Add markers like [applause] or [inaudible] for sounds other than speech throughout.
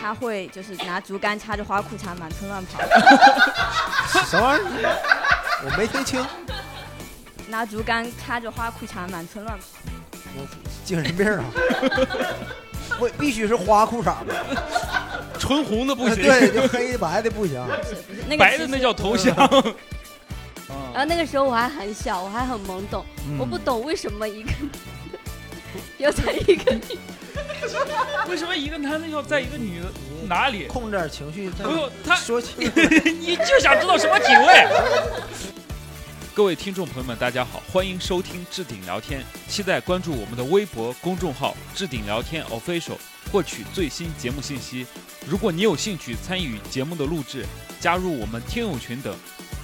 他会就是拿竹竿插着花裤衩满村乱 [laughs] 跑， [laughs] 什么玩意儿？我没听清，拿竹竿插着花裤衩满村乱跑。我精神病啊！ [laughs] 我必须是花裤衩吧？纯红的不行，对，就黑白的不行。啊那个白的其那实叫头像。嗯然啊后那个时候我还很小，我还很懵懂，嗯我不懂为什么一个 [laughs] 要在一个地 [laughs] 为什么一个男的要在一个女的哪里？控制点情绪，再不用他，说起 [laughs] 你就想知道什么体位？ [laughs] 各位听众朋友们，大家好，欢迎收听置顶聊天，期待关注我们的微博公众号“置顶聊天 official”，获取最新节目信息。如果你有兴趣参与节目的录制，加入我们听友群等，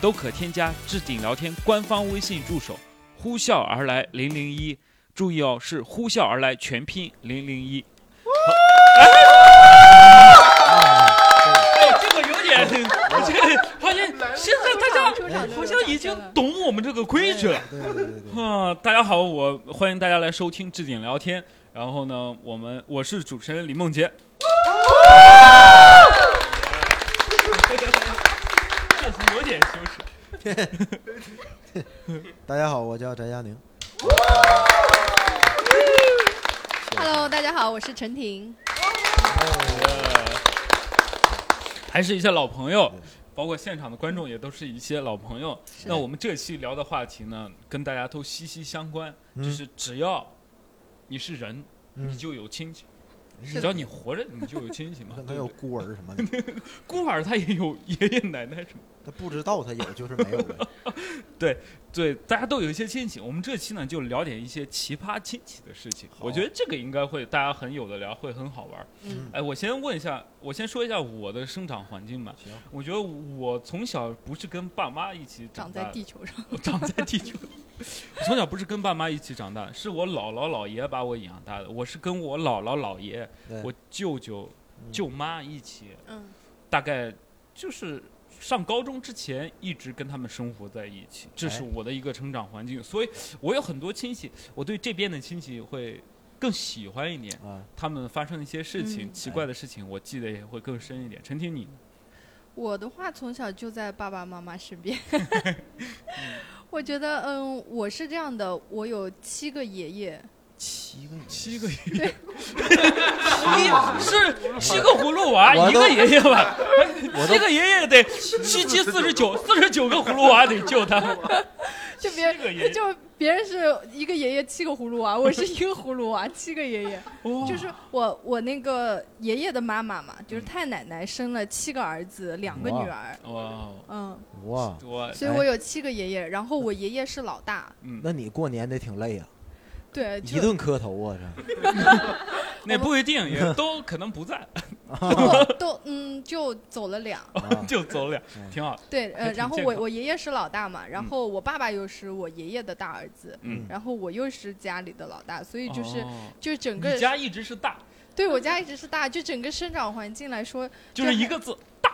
都可添加置顶聊天官方微信助手“呼啸而来零零一”，注意哦，是“呼啸而来”全拼零零一。哎，这个有点，这个好像现在 [laughs] 大家出场好像已经懂我们这个规矩了。对对对对对，啊，大家好，我欢迎大家来收听置顶聊天。然后呢，我们我是主持人李梦洁。这次有点羞耻。 [laughs] 大家好，我叫翟佳宁。 Hello，大家好，我是陈婷。哦 [laughs] 还是一些老朋友，包括现场的观众也都是一些老朋友。那我们这期聊的话题呢，跟大家都息息相关，嗯就是只要你是人，嗯你就有亲戚。是只要你活着，你就有亲 [laughs] 戚嘛可。能对有不对孤儿什么的，孤儿他也有爷爷奶奶什么。他不知道他有就是没有呗。 [laughs] 对，大家都有一些亲戚。我们这期呢，就聊点一些奇葩亲戚的事情。好我觉得这个应该会大家很有的聊，会很好玩。嗯哎，我先问一下，我先说一下我的生长环境吧。行，我觉得我从小不是跟爸妈一起长大在的地球上，我长在地球。我从小不是跟爸妈一起长大，是我姥姥姥爷把我养大的。我是跟我姥姥姥爷对、我舅舅、嗯舅妈一起，嗯，大概就是上高中之前一直跟他们生活在一起，这哎是我的一个成长环境。所以我有很多亲戚，我对这边的亲戚会更喜欢一点。啊，他们发生一些事情、嗯奇怪的事情，我记得也会更深一点。陈婷，你我的话从小就在爸爸妈妈身 [laughs] 边。嗯我觉得，嗯，我是这样的，我有七个爷爷，七个七个爷爷，你是七个葫芦啊娃，我啊一个都爷爷吧？我七都个爷爷得七七四十九，四十九个葫芦娃得 [laughs] 救他们。就别七个爷爷就别人是一个爷爷七个葫芦 [laughs] 娃，我是一个葫芦娃七个爷爷。哇就是我我那个爷爷的妈妈嘛，就是太奶奶生了七个儿子，两个哇女儿，哇哦，嗯，哇，我所以我有七个爷爷，然后我爷爷是老大，嗯，哎那你过年得挺累啊，对，一就顿磕头啊，这 [laughs] 那不一定， [laughs] 也都可能不在，都都嗯，就走了俩。啊 [laughs] 就走了，挺好。对，还呃，挺然后健我康我爷爷是老大嘛，然嗯后我爸爸又是我爷爷的大儿子，嗯，然后我又是家里的老大，所以就是、哦就整个你家一直是大，对我家一直是大，就整个生长环境来说就是一个字大，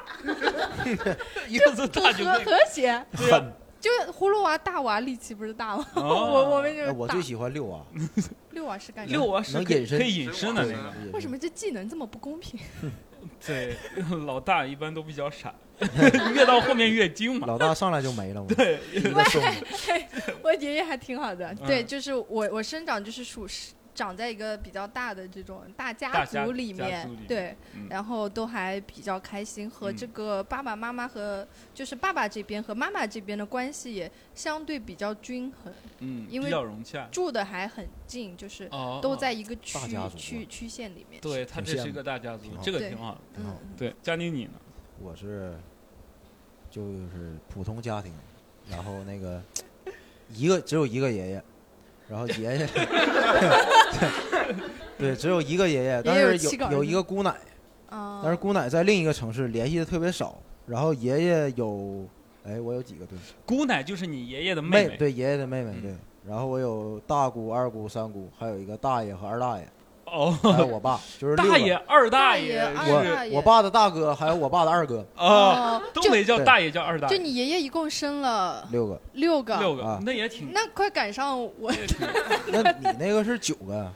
一个字不大就和可以。和谐，啊对呀很。就是葫芦娃大娃力气不是大吗？ [laughs] 哦 [laughs] 我我们就哎是我大最喜欢遛娃，六娃是干什六么？娃是能可以隐身可以隐身的那个。个为什么这技能这么不公平？对， [laughs] 老大一般都比较傻， [laughs] 越到后面越精嘛。老大上来就没了吗？对，一个送 [laughs] 我爷爷还挺好的，对，嗯就是我我生长就是属实长在一个比较大的这种大大家家族里家面，族里面对，嗯然后都还比较开心，和嗯这个爸爸妈妈和就是爸爸这边和妈妈这边的关系也相对比较均衡，嗯，因为比较融洽，住的还很近，就是哦，都哦在一个区大家族啊区区县里面。对他这是一个大家族挺，好这个对挺好的。挺好嗯，对，佳宁你呢？我是就是普通家庭，然后那个一个只有一个爷爷，然后爷爷对只有一个爷爷，但爷爷有是七个有儿有子一个姑奶，啊但是姑奶在另一个城市联系的特别少，然后爷爷有哎我有几个对姑奶就是你爷爷的妹，对爷爷的妹妹嗯对。然后我有大姑、二姑、三姑，还有一个大爷和二大爷，还有哦，我爸，就是六大个爷、二呃大爷爷二是大爷我我爸的大哥，还有我爸的二哥， [laughs] 哦，东就北叫对大爷叫二大就爷，你爷爷一共生了六个。六个，六个啊，那也挺，那快赶上我也挺那你那个是九个啊？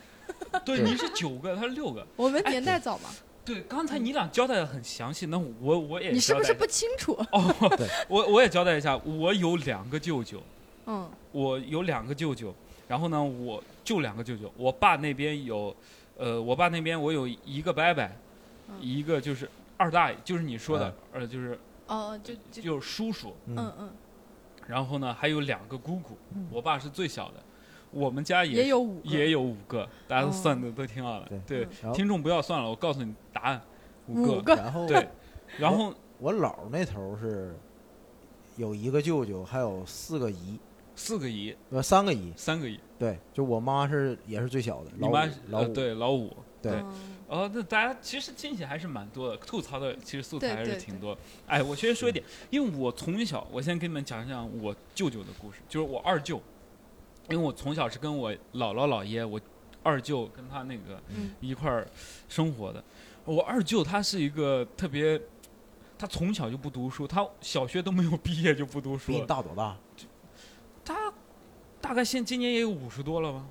对，对 [laughs] 你是九个，他是六个，我们年代早嘛，对，刚才你俩交代的很详细，那我我也你是不交是代不清楚？哦对？我我也交代一下，我有两个舅舅，嗯我有两个舅舅，然后呢，我就两个舅舅，我爸那边有，呃，我爸那边我有一个伯伯，嗯一个就是二大爷，就是你说的，嗯呃，就是哦，就就就是叔叔，嗯嗯，然后呢还有两个姑姑，嗯我爸是最小的，我们家也也有五个，也有五个，大家都哦算的都挺好的，对对，然后听众不要算了，我告诉你答案， [laughs] 五个，个然后对，然后我姥儿那头儿是有一个舅舅，还有四个姨，四个姨，呃，三个姨。三个姨，对，就我妈是也是最小的，你老五妈是老呃五。对老五，对嗯哦，那大家其实亲戚还是蛮多的，吐槽的其实素材对还是对挺对多。哎，我先说一点，因为我从小，我先给你们讲一讲我舅舅的故事，就是我二舅，因为我从小是跟我姥姥姥爷，我二舅跟他那个嗯一块儿生活的。我二舅他是一个特别，他从小就不读书，他小学都没有毕业就不读比书你了，大多大他大概现今年也有五十多了吧。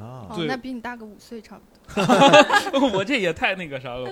啊？哦对，那比你大个五岁差不多。 [laughs] 我这也太那个啥了，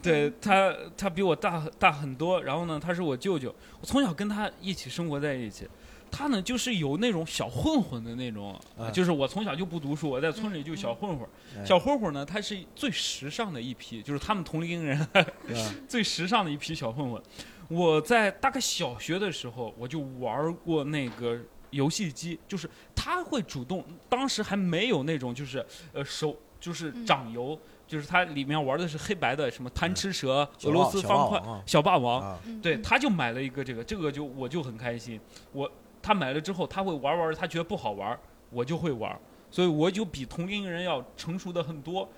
对他，他比我大大很多。然后呢，他是我舅舅，我从小跟他一起生活在一起。他呢，就是有那种小混混的那种，哎就是我从小就不读书，我在村里就小混混。嗯小混混呢，他是最时尚的一批，就是他们同龄 [laughs] 人对吧 [laughs] 最时尚的一批小混混。我在大概小学的时候，我就玩过那个游戏机，就是他会主动，当时还没有那种就是呃手就是嗯掌游，就是它里面玩的是黑白的，什么贪吃蛇、小俄罗霸斯小方霸块、王啊小霸王，啊，嗯对，他就买了一个这个，这个就我就很开心。我他买了之后，他会玩玩，他觉得不好玩，我就会玩，所以我就比同龄人要成熟的 [laughs] 很多。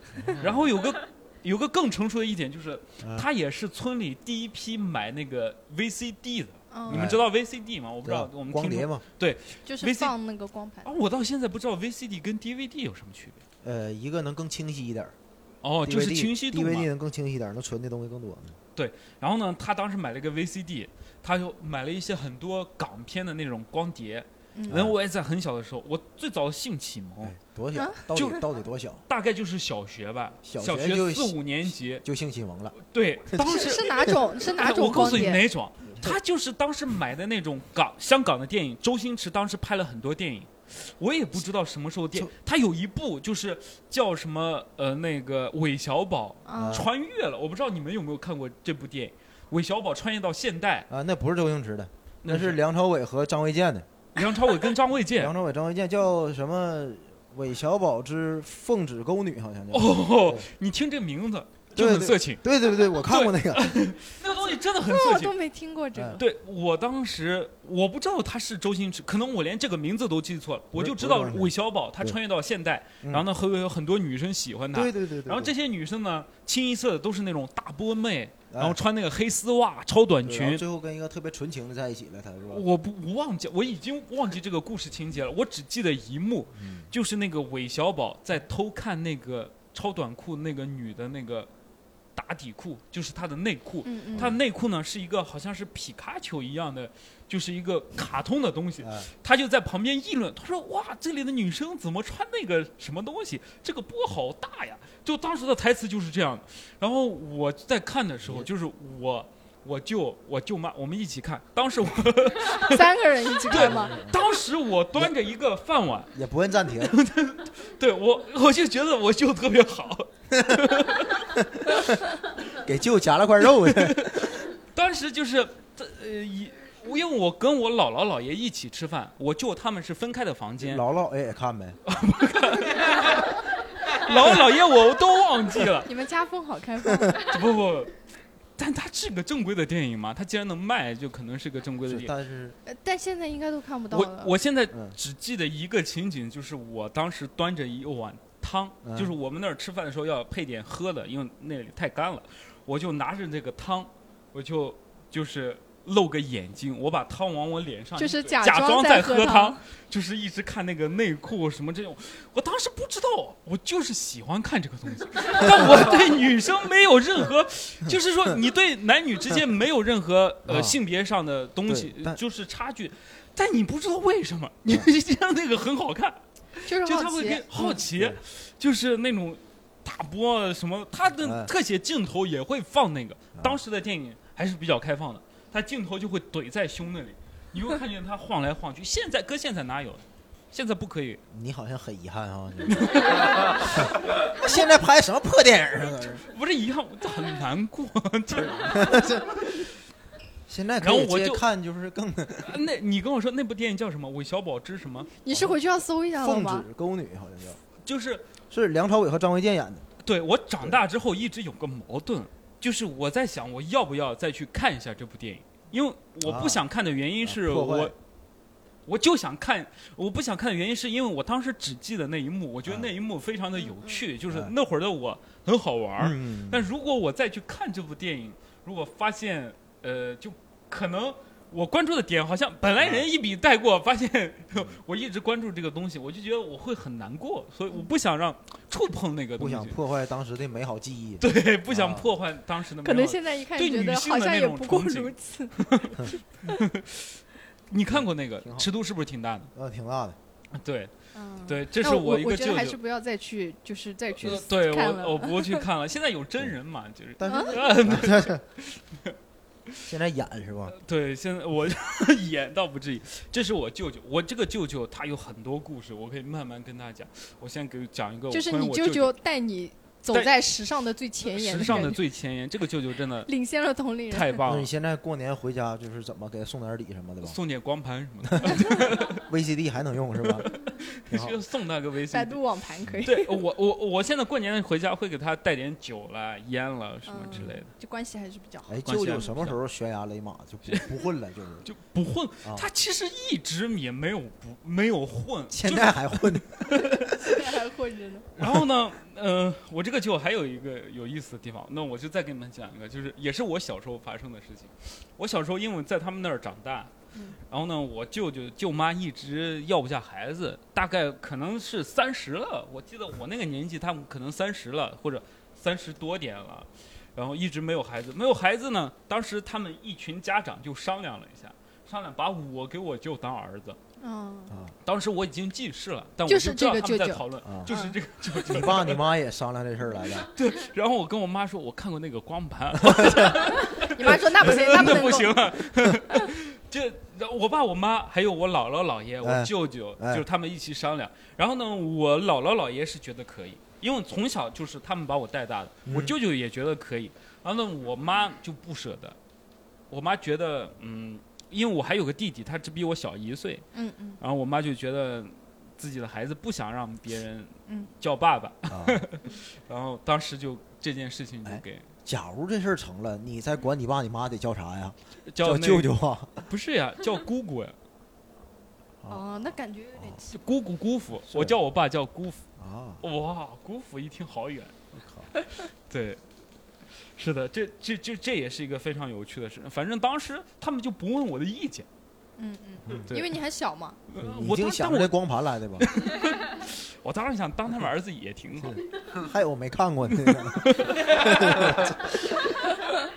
然后有个有个更成熟的一点就是，嗯他也是村里第一批买那个 VCD 的。嗯你哎们知道 VCD 吗？我不知对道吧，我们光听碟众嘛，就是 VC 放那个光盘啊，，我到现在不知道 VCD 跟 DVD 有什么区别。呃，一个能更清晰一点儿，哦，就是 DVD 清晰度嘛 DVD。能更清晰一点儿，能存的东西更多。然后呢，他当时买了一个 VCD，他就买了一些很多港片的那种光碟。嗯然后我也在很小的时候，我最早的性启蒙哎，多啊小？到就底到底多小？大概就是小学吧，小小学就四五年级。就性启蒙了， [laughs] 对，当是时哎是哪种？是哪种我告光诉你碟？哪种，他就是当时买的那种港香港的电影，周星驰当时拍了很多电影。我也不知道什么时候电就，他有一部就是叫什么呃那个韦小宝啊嗯穿越了，我不知道你们有没有看过这部电影，韦小宝穿越到现代，啊，那不是周星驰的，那是是梁朝伟和张卫健的。 [laughs] 梁朝伟跟张卫健梁，朝伟、张卫健叫什么？韦小宝之奉旨勾女好像叫。哦，你听这名字就对很对色情，对对对对，我看过那个。那个东西真的很那色哦我情都。没听过这哎个。对我当时我不知道他是周星驰，可能我连这个名字都记错了，我就知道不是周星驰韦小宝他对穿越到现代，嗯然后呢会有很多女生喜欢他对，对对对。然后这些女生呢清一色的都是那种大波妹，对，然后哎穿那个黑丝袜、超短对然后裙。最后跟一个特别纯情的在一起了，他是吧？我不我忘记，我已经忘记这个故事情节了，我只记得一幕，嗯就是那个韦小宝在偷看那个超短裤那个女的那个打底裤，就是她的内裤，嗯嗯，它的内裤呢是一个好像是皮卡丘一样的，就是一个卡通的东西。哎他就在旁边议论，他说：“哇，这里的女生怎么穿那个什么东西？这个波好大呀！”就当时的台词就是这样的。然后我在看的时候，你就是我。我舅我舅妈，我们一起看。当时我 [laughs] 三个人一起看吗？。当时我端着一个饭碗，也不摁暂停，对我我就觉得我舅特别好，给舅夹了块肉 [laughs] 去。当时就是，呃，一因为我跟我姥姥姥爷一起吃饭，我舅他们是分开的房间，姥姥姥哎也看呗， [laughs] 姥姥爷我都忘记了你们家风好开 [laughs] 放吗，不不不，但它是个正规的电影嘛，它既然能卖，就可能是个正规的是电但影。是呃但现在应该都看不到我了。我现在嗯只记得一个情景，就是我当时端着一碗汤，嗯就是我们那儿吃饭的时候要配点喝的，因为那里太干了，我就拿着这个汤，我就就是露个眼睛，我把汤往我脸上就是一假假装装在在喝喝汤汤，就是一直看那个内裤什么这种，我当时不知道，我就是喜欢看这个东西， [laughs] 但我对女生没有任何，就是说你对男女之间没有任何呃啊性别上的东西对，但就是差距，但你不知道为什么， [laughs] 你就觉得那个很好看，就是就好嗯他会奇跟，好奇对，就是那种。打波什么，他的嗯特写镜头也会放那个。啊当时的电影还是比较开放的，他镜头就会怼在胸那里，你会看见他晃来晃去。现在搁现在哪有？现在不可以，你好像很遗憾啊。你 [laughs] [laughs] 现在拍什么破电影啊？不是遗憾，我很难过。啊这 [laughs] 现在然可后以我接就看就是更 [laughs] 那你跟我说那部电影叫什么？韦小宝之什么？你是回去要搜一下了奉吗？旨勾女好像叫，就是是梁朝伟和张卫健演的。对我长大之后一直有个矛盾，就是我在想我要不要再去看一下这部电影，因为我不想看的原因是啊破坏我。我就想看，我不想看的原因是因为我当时只记得那一幕，我觉得那一幕非常的有趣，就是嗯那会儿的我很好玩儿。嗯但如果我再去看这部电影，如果发现，呃，就可能我关注的点好像本来嗯人一笔带过，发现 [laughs] 我一直关注这个东西，我就觉得我会很难过，所以我不想让触碰那个东不西，想破坏 [laughs] 当时的美好记忆。对，不想啊破坏当时的美可好。能现在一看对觉得女性的好像那也种不过憧憬如此。 [laughs] 你看过那个挺好尺度是不是挺大的？啊呃，挺大的。对嗯，对，这那是我一个觉得舅还是舅。不要再去，就是再去呃对看我，了。嗯我不去 [laughs] 看了。现在有真人嘛，就是 [laughs] 但是呃现在演是吧？对，现在我 [laughs] 演倒不至于。这是我舅舅，我这个舅舅他有很多故事，我可以慢慢跟他讲。我先给讲一个 [laughs] 我就是关于你我舅舅舅带 [laughs] 你走带在时尚的最前沿时的尚的感觉，最前沿，这个舅舅真的领先了同龄人。太棒那了你。现在过年回家就是怎么给他送点礼什么的吧送点光盘什么的， [laughs] [laughs] ？VCD 还能用是吧？挺好就送他个微信百。度网盘可以，对呃我，我我现在过年回家会给他带点酒啦、烟了什么之类的，就关系还是比较好。哎，关舅系还舅不什么错时候悬崖勒马就不不混了？就是就不混啊他 [laughs] 其实一直也没有不没有混，现就是在还混呢。现在还混着呢。 [laughs] 然后呢，呃，我这个就还有一个有意思的地方，那我就再给你们讲一个，就是也是我小时候发生的事情。我小时候因为在他们那儿长大，嗯然后呢，我舅舅舅妈一直要不下孩子，大概可能是三十了，我记得我那个年纪，他们可能三十了或者三十多点了，然后一直没有孩子，没有孩子呢，当时他们一群家长就商量了一下，商量把我给我舅当儿子。嗯，啊当时我已经近视了，但我就是知道这个他们在舅舅讨论，啊！就 [laughs] 是这个舅舅。你爸你妈也商量这事儿来 [laughs] 了。然后我跟我妈说，我看过那个光盘， [laughs] 你妈说那 [laughs] 不行，那不那能不够行啊。就然后我爸、我妈还有我姥姥、姥爷、我哎舅舅，哎就是他们一起商量。然后呢，我姥姥、姥爷是觉得可以，因为从小就是他们把我带大的，我嗯舅舅也觉得可以。然后呢，我妈就不舍得，我妈觉得，嗯，因为我还有个弟弟，他只比我小一岁，嗯嗯，然后我妈就觉得自己的孩子不想让别人嗯叫爸爸，啊， [laughs] 然后当时就这件事情就哎给。假如这事儿成了，你再管你爸你妈得叫啥呀？叫那舅舅啊。不是呀，叫姑姑呀，哦，那感觉有点奇啊就姑姑姑父。是我叫我爸叫姑父，啊，哇，姑父一听好远。我靠！ [laughs] 对，是的，这这这这也是一个非常有趣的事。反正当时他们就不问我的意见，嗯嗯对因为你还小嘛，呃你已我经当想但着这我光盘来的吧？ [laughs] 我当时想当他们儿子也挺好，还有没看过那个， [laughs]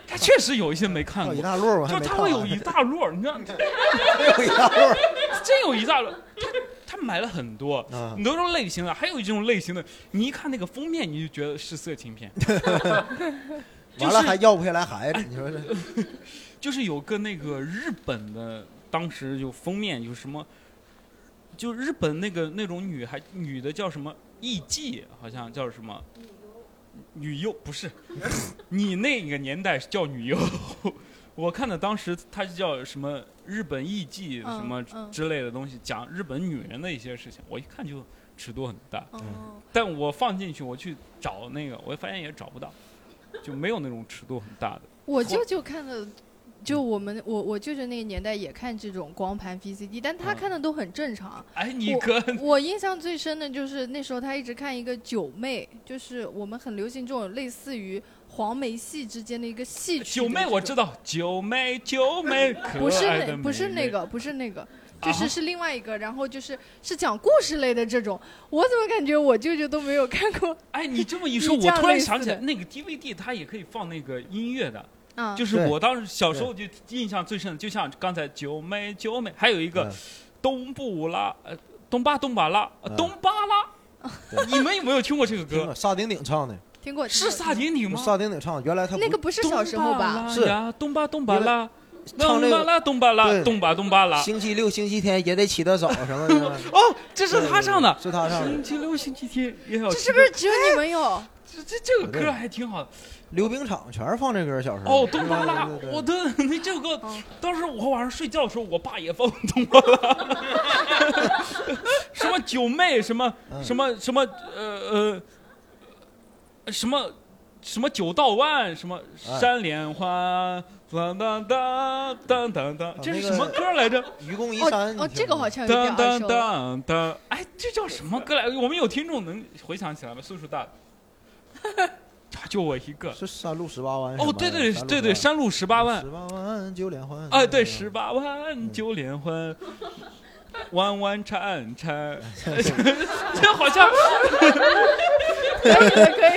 他确实有一些没看还有过一。大摞我还就没他看会完。有一大摞儿，你知道， [laughs] 有一大摞 [laughs] 真有一大摞儿。他他买了很多，啊很多种类型的，还有一种类型的，你一看那个封面，你就觉得是色情片， [laughs] [laughs] 就完了是还要不下来孩子，你说这 [laughs] 就是有个那个日本的，当时就封面有什么，就日本那个那种女孩女的叫什么艺妓，好像叫什么女优，不是 [laughs] 你那个年代叫女优， [laughs] 我看的当时她就叫什么日本艺妓嗯什么嗯之类的东西，讲日本女人的一些事情，我一看就尺度很大，哦，但我放进去我去找那个，我发现也找不到，就没有那种尺度很大的。我舅舅看的。嗯就我们我我舅舅那个年代也看这种光盘 VCD，但他嗯看的都很正常。哎，你可我印象最深的就是那时候他一直看一个九妹，就是我们很流行这种类似于黄梅戏之间的一个戏曲。 [laughs] 九妹我知道，道，九妹九妹，可呃不是爱的那妹不是妹那，个不是那个，就啊是是另外一个，然后就是是讲故事类的这种。我怎么感觉我舅舅都没有看过 [laughs] 哎，你这么一你说，我这样突然类似想起来，的那个 DVD 它也可以放那个音乐的，啊？就是对我当时小时候就印象最深的，就像刚才九妹九妹，还有一个嗯东布拉呃东巴东巴拉呃嗯东巴拉 [laughs] 你们有没有听过这个听歌？过萨顶顶唱的，听过是萨顶顶吗？萨顶顶唱的，原来他不那个不是小时候吧？是东巴东巴拉，唱咚这巴个拉咚巴拉，对咚巴咚巴拉。。星期六、星期天也得起得早啊什么的 [laughs] 哦，这是他唱的。是他唱的星。期六、星期天也要这吃。是不是只有你们有？这这这个啊对歌还挺好的溜冰场全是放这歌，小时候。哦，咚巴拉，对对嗯对我的那这首歌哦，当时我晚上睡觉的时候，我爸也放咚巴拉， [laughs] 什么九妹，什么嗯什么什么呃呃，什么什么九道湾，什么哎山莲花，当当当当当当，这是哦那个什么歌来着？愚公移山。哦哦，你这听个过好像有点当耳当熟。当当，哎，这叫什么歌来？我们有听众能回想起来吗？岁数大的，就我一个。是山路十八弯。哦，对对对对，山路十十八弯十，八弯九连 [laughs] 环。哎，对，十八弯九连环，弯弯缠 [laughs] 缠，这好像可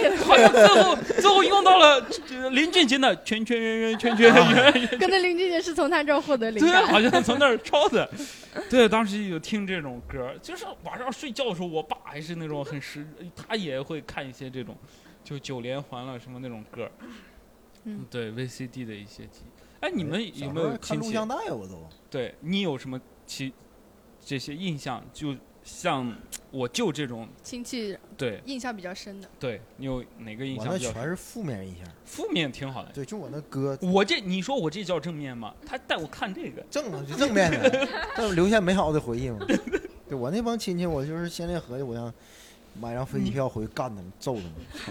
以了，好像最后最后用到了呃林俊杰的圈圈圆圆圈圈圆圆，可能林俊杰是从他这儿获得灵对，啊感。好 [laughs] 像从那儿抄的。对，当时有听这种歌，就是晚上睡觉的时候，我爸还是那种很实，他也会看一些这种，就九连环了什么那种歌。嗯，对 VCD 的一些记忆。哎，你们有小时没有候看亲录戚？像带我都。对你有什么其这些印象？就像我舅这种，亲戚对印象比较深的，对，你有哪个印我象那比较全是负面印象。负面？挺好的。对，就我那歌我这你说我这叫正面吗？他带我看这个，正啊就正面 [laughs] 的，这留下美好的回忆嘛。对我那帮亲戚，我就是现在合计，我想买张飞机票回去干他们，揍他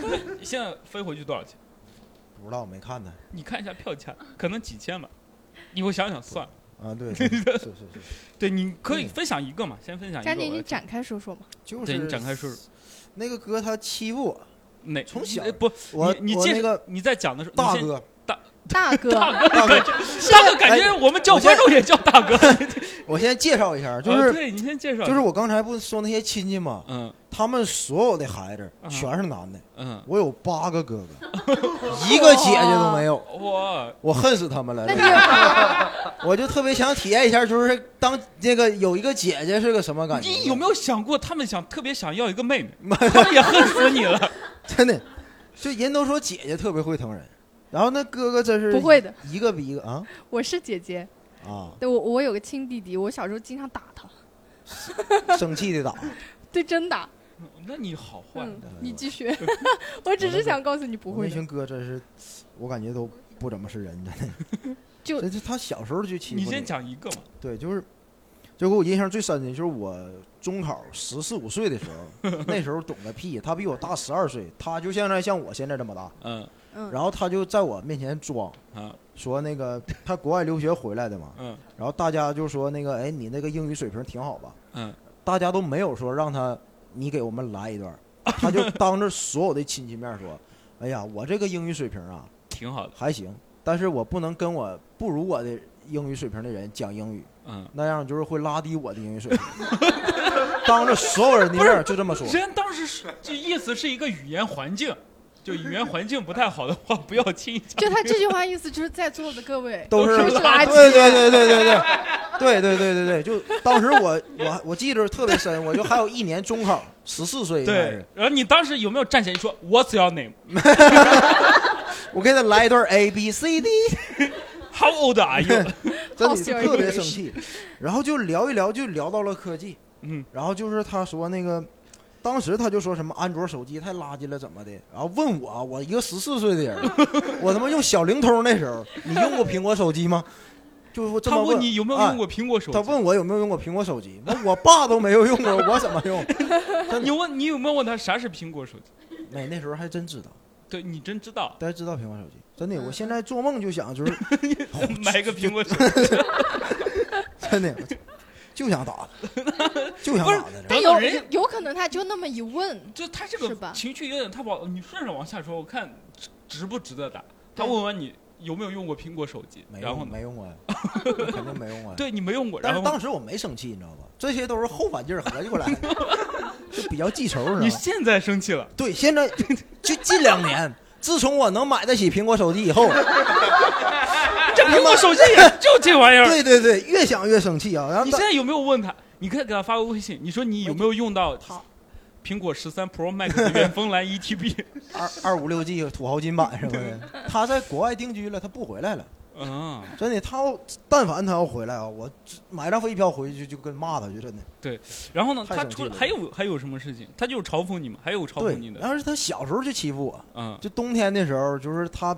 们。 [laughs] 现在飞回去多少钱？不知道，没看他。你看一下票价，可能几千吧。你给我想想算了。啊， [laughs] 对，是是是是，对，你可以嗯分享一个嘛，先分享一个。赶紧我你来听展开说说 [laughs] 嘛。就对是你展开说说那个哥他欺负我，哪？从小哎不，我你你我介那个你在讲的时候，大你先哥，大哥，大哥，大哥， [laughs] 大哥，感觉我们叫我观先众也叫大哥。 [laughs] 我先介绍一下，哎就呃是对你先介绍一下，就是我刚才不是说那些亲戚嘛，嗯他们所有的孩子嗯全是男的，嗯，我有八个哥哥， [laughs] 一个姐姐都没有。我我恨死他们了那！你有 [laughs] 我就特别想体验一下，就是当那个有一个姐姐是个什么感觉？你有没有想过，他们想特别想要一个妹 [laughs] 妹，他们也恨死你了。真的，就人都说姐姐特别会疼人，然后那哥哥真是不会的，一个比一个啊我是姐姐，啊，对我我有个亲弟弟，我小时候经常打他，生气的打。对，真打。 [laughs] 那你好坏，嗯，你继 [laughs] 续，我只我那是个想告诉你不我会那的。群哥真是，我感觉都不怎么是人，真的。 [laughs] 就这他小时候就欺负你先讲一个嘛。对，就是，就给我印象最深的就是我中考十四五岁的时 [laughs] 候，那时候懂个屁，他比我大十二岁，他就现在像我现在这么大，嗯嗯，然后他就在我面前装。啊说那个他国外留学回来的嘛，嗯然后大家就说那个哎你那个英语水平挺好吧，嗯，大家都没有说让他你给我们来一段儿，他就当着所有的亲戚面说，哎呀我这个英语水平啊挺好的。还行，但是我不能跟我不如我的英语水平的人讲英语，嗯，那样就是会拉低我的英语水平。当着所有人的面就这么说，人当时是这意思是一个语言环境，就语言环境不太好的话， [laughs] 不要轻易讲。就他这句话意思就是在座的各位都是都是垃圾对对对对对对。对对对对对，就当时我我我记得特别深，我就还有一年中考，十四岁应该是对，，然后你当时有没有站起来说 What's your name? 我给他来一段 A B C D， How old are you? 真的是特别生气。然后就聊一聊，就聊到了科技。嗯，然后就是他说那个，当时他就说什么安卓手机太垃圾了怎么的，然后问我，我一个十四岁的人，我他妈用小灵通那时候，你用过苹果手机吗？就是这他么问你有没有用哎过苹果手他机？问我有没有用过苹果手机，那我爸都没有哎用过，我怎么 [laughs] 用？你问你有没有问他啥是苹果手机？没，那时候还真知道，对你真知道，大家知道苹果手机，真的，嗯我现在做梦就想就是 [laughs] 买个苹果手机。 [laughs] 真的，我就想打他，就想不是打他。但等等有人有可能他就那么一问，就他这是个吧情绪有点太往你顺着往下说，我看值值不值得打。他对问完你有没有用过苹果手机，没然后用，呢？没用过呀，我 [laughs] 肯定没用过呀。对你没用过，但是然后呢当时我没生气，你知道吧？这些都是后反劲儿合计过来的，就比较记仇，你你知道吗？现在生气了，对，现在就就近两年，自从我能买得起苹果手机以后，这苹果手机也就这玩意儿。 [laughs] 对对对，越想越生气啊。然后你到现在有没有问他？你可以给他发个微信，你说你有没有用到他苹果十三 Pro Max 里面丰兰 [laughs] 1TB。二二五六 G 土豪金版什么的。他在国外定居了，他不回来了。嗯，真的，他要但凡他要回来啊，我买张飞机票回去就跟骂他去，真的。然后呢，太他生气除了了还有还有什么事情？他就是嘲讽你们，还有嘲讽对你，的。但是他小时候就欺负我，嗯就冬天的时候，就是他，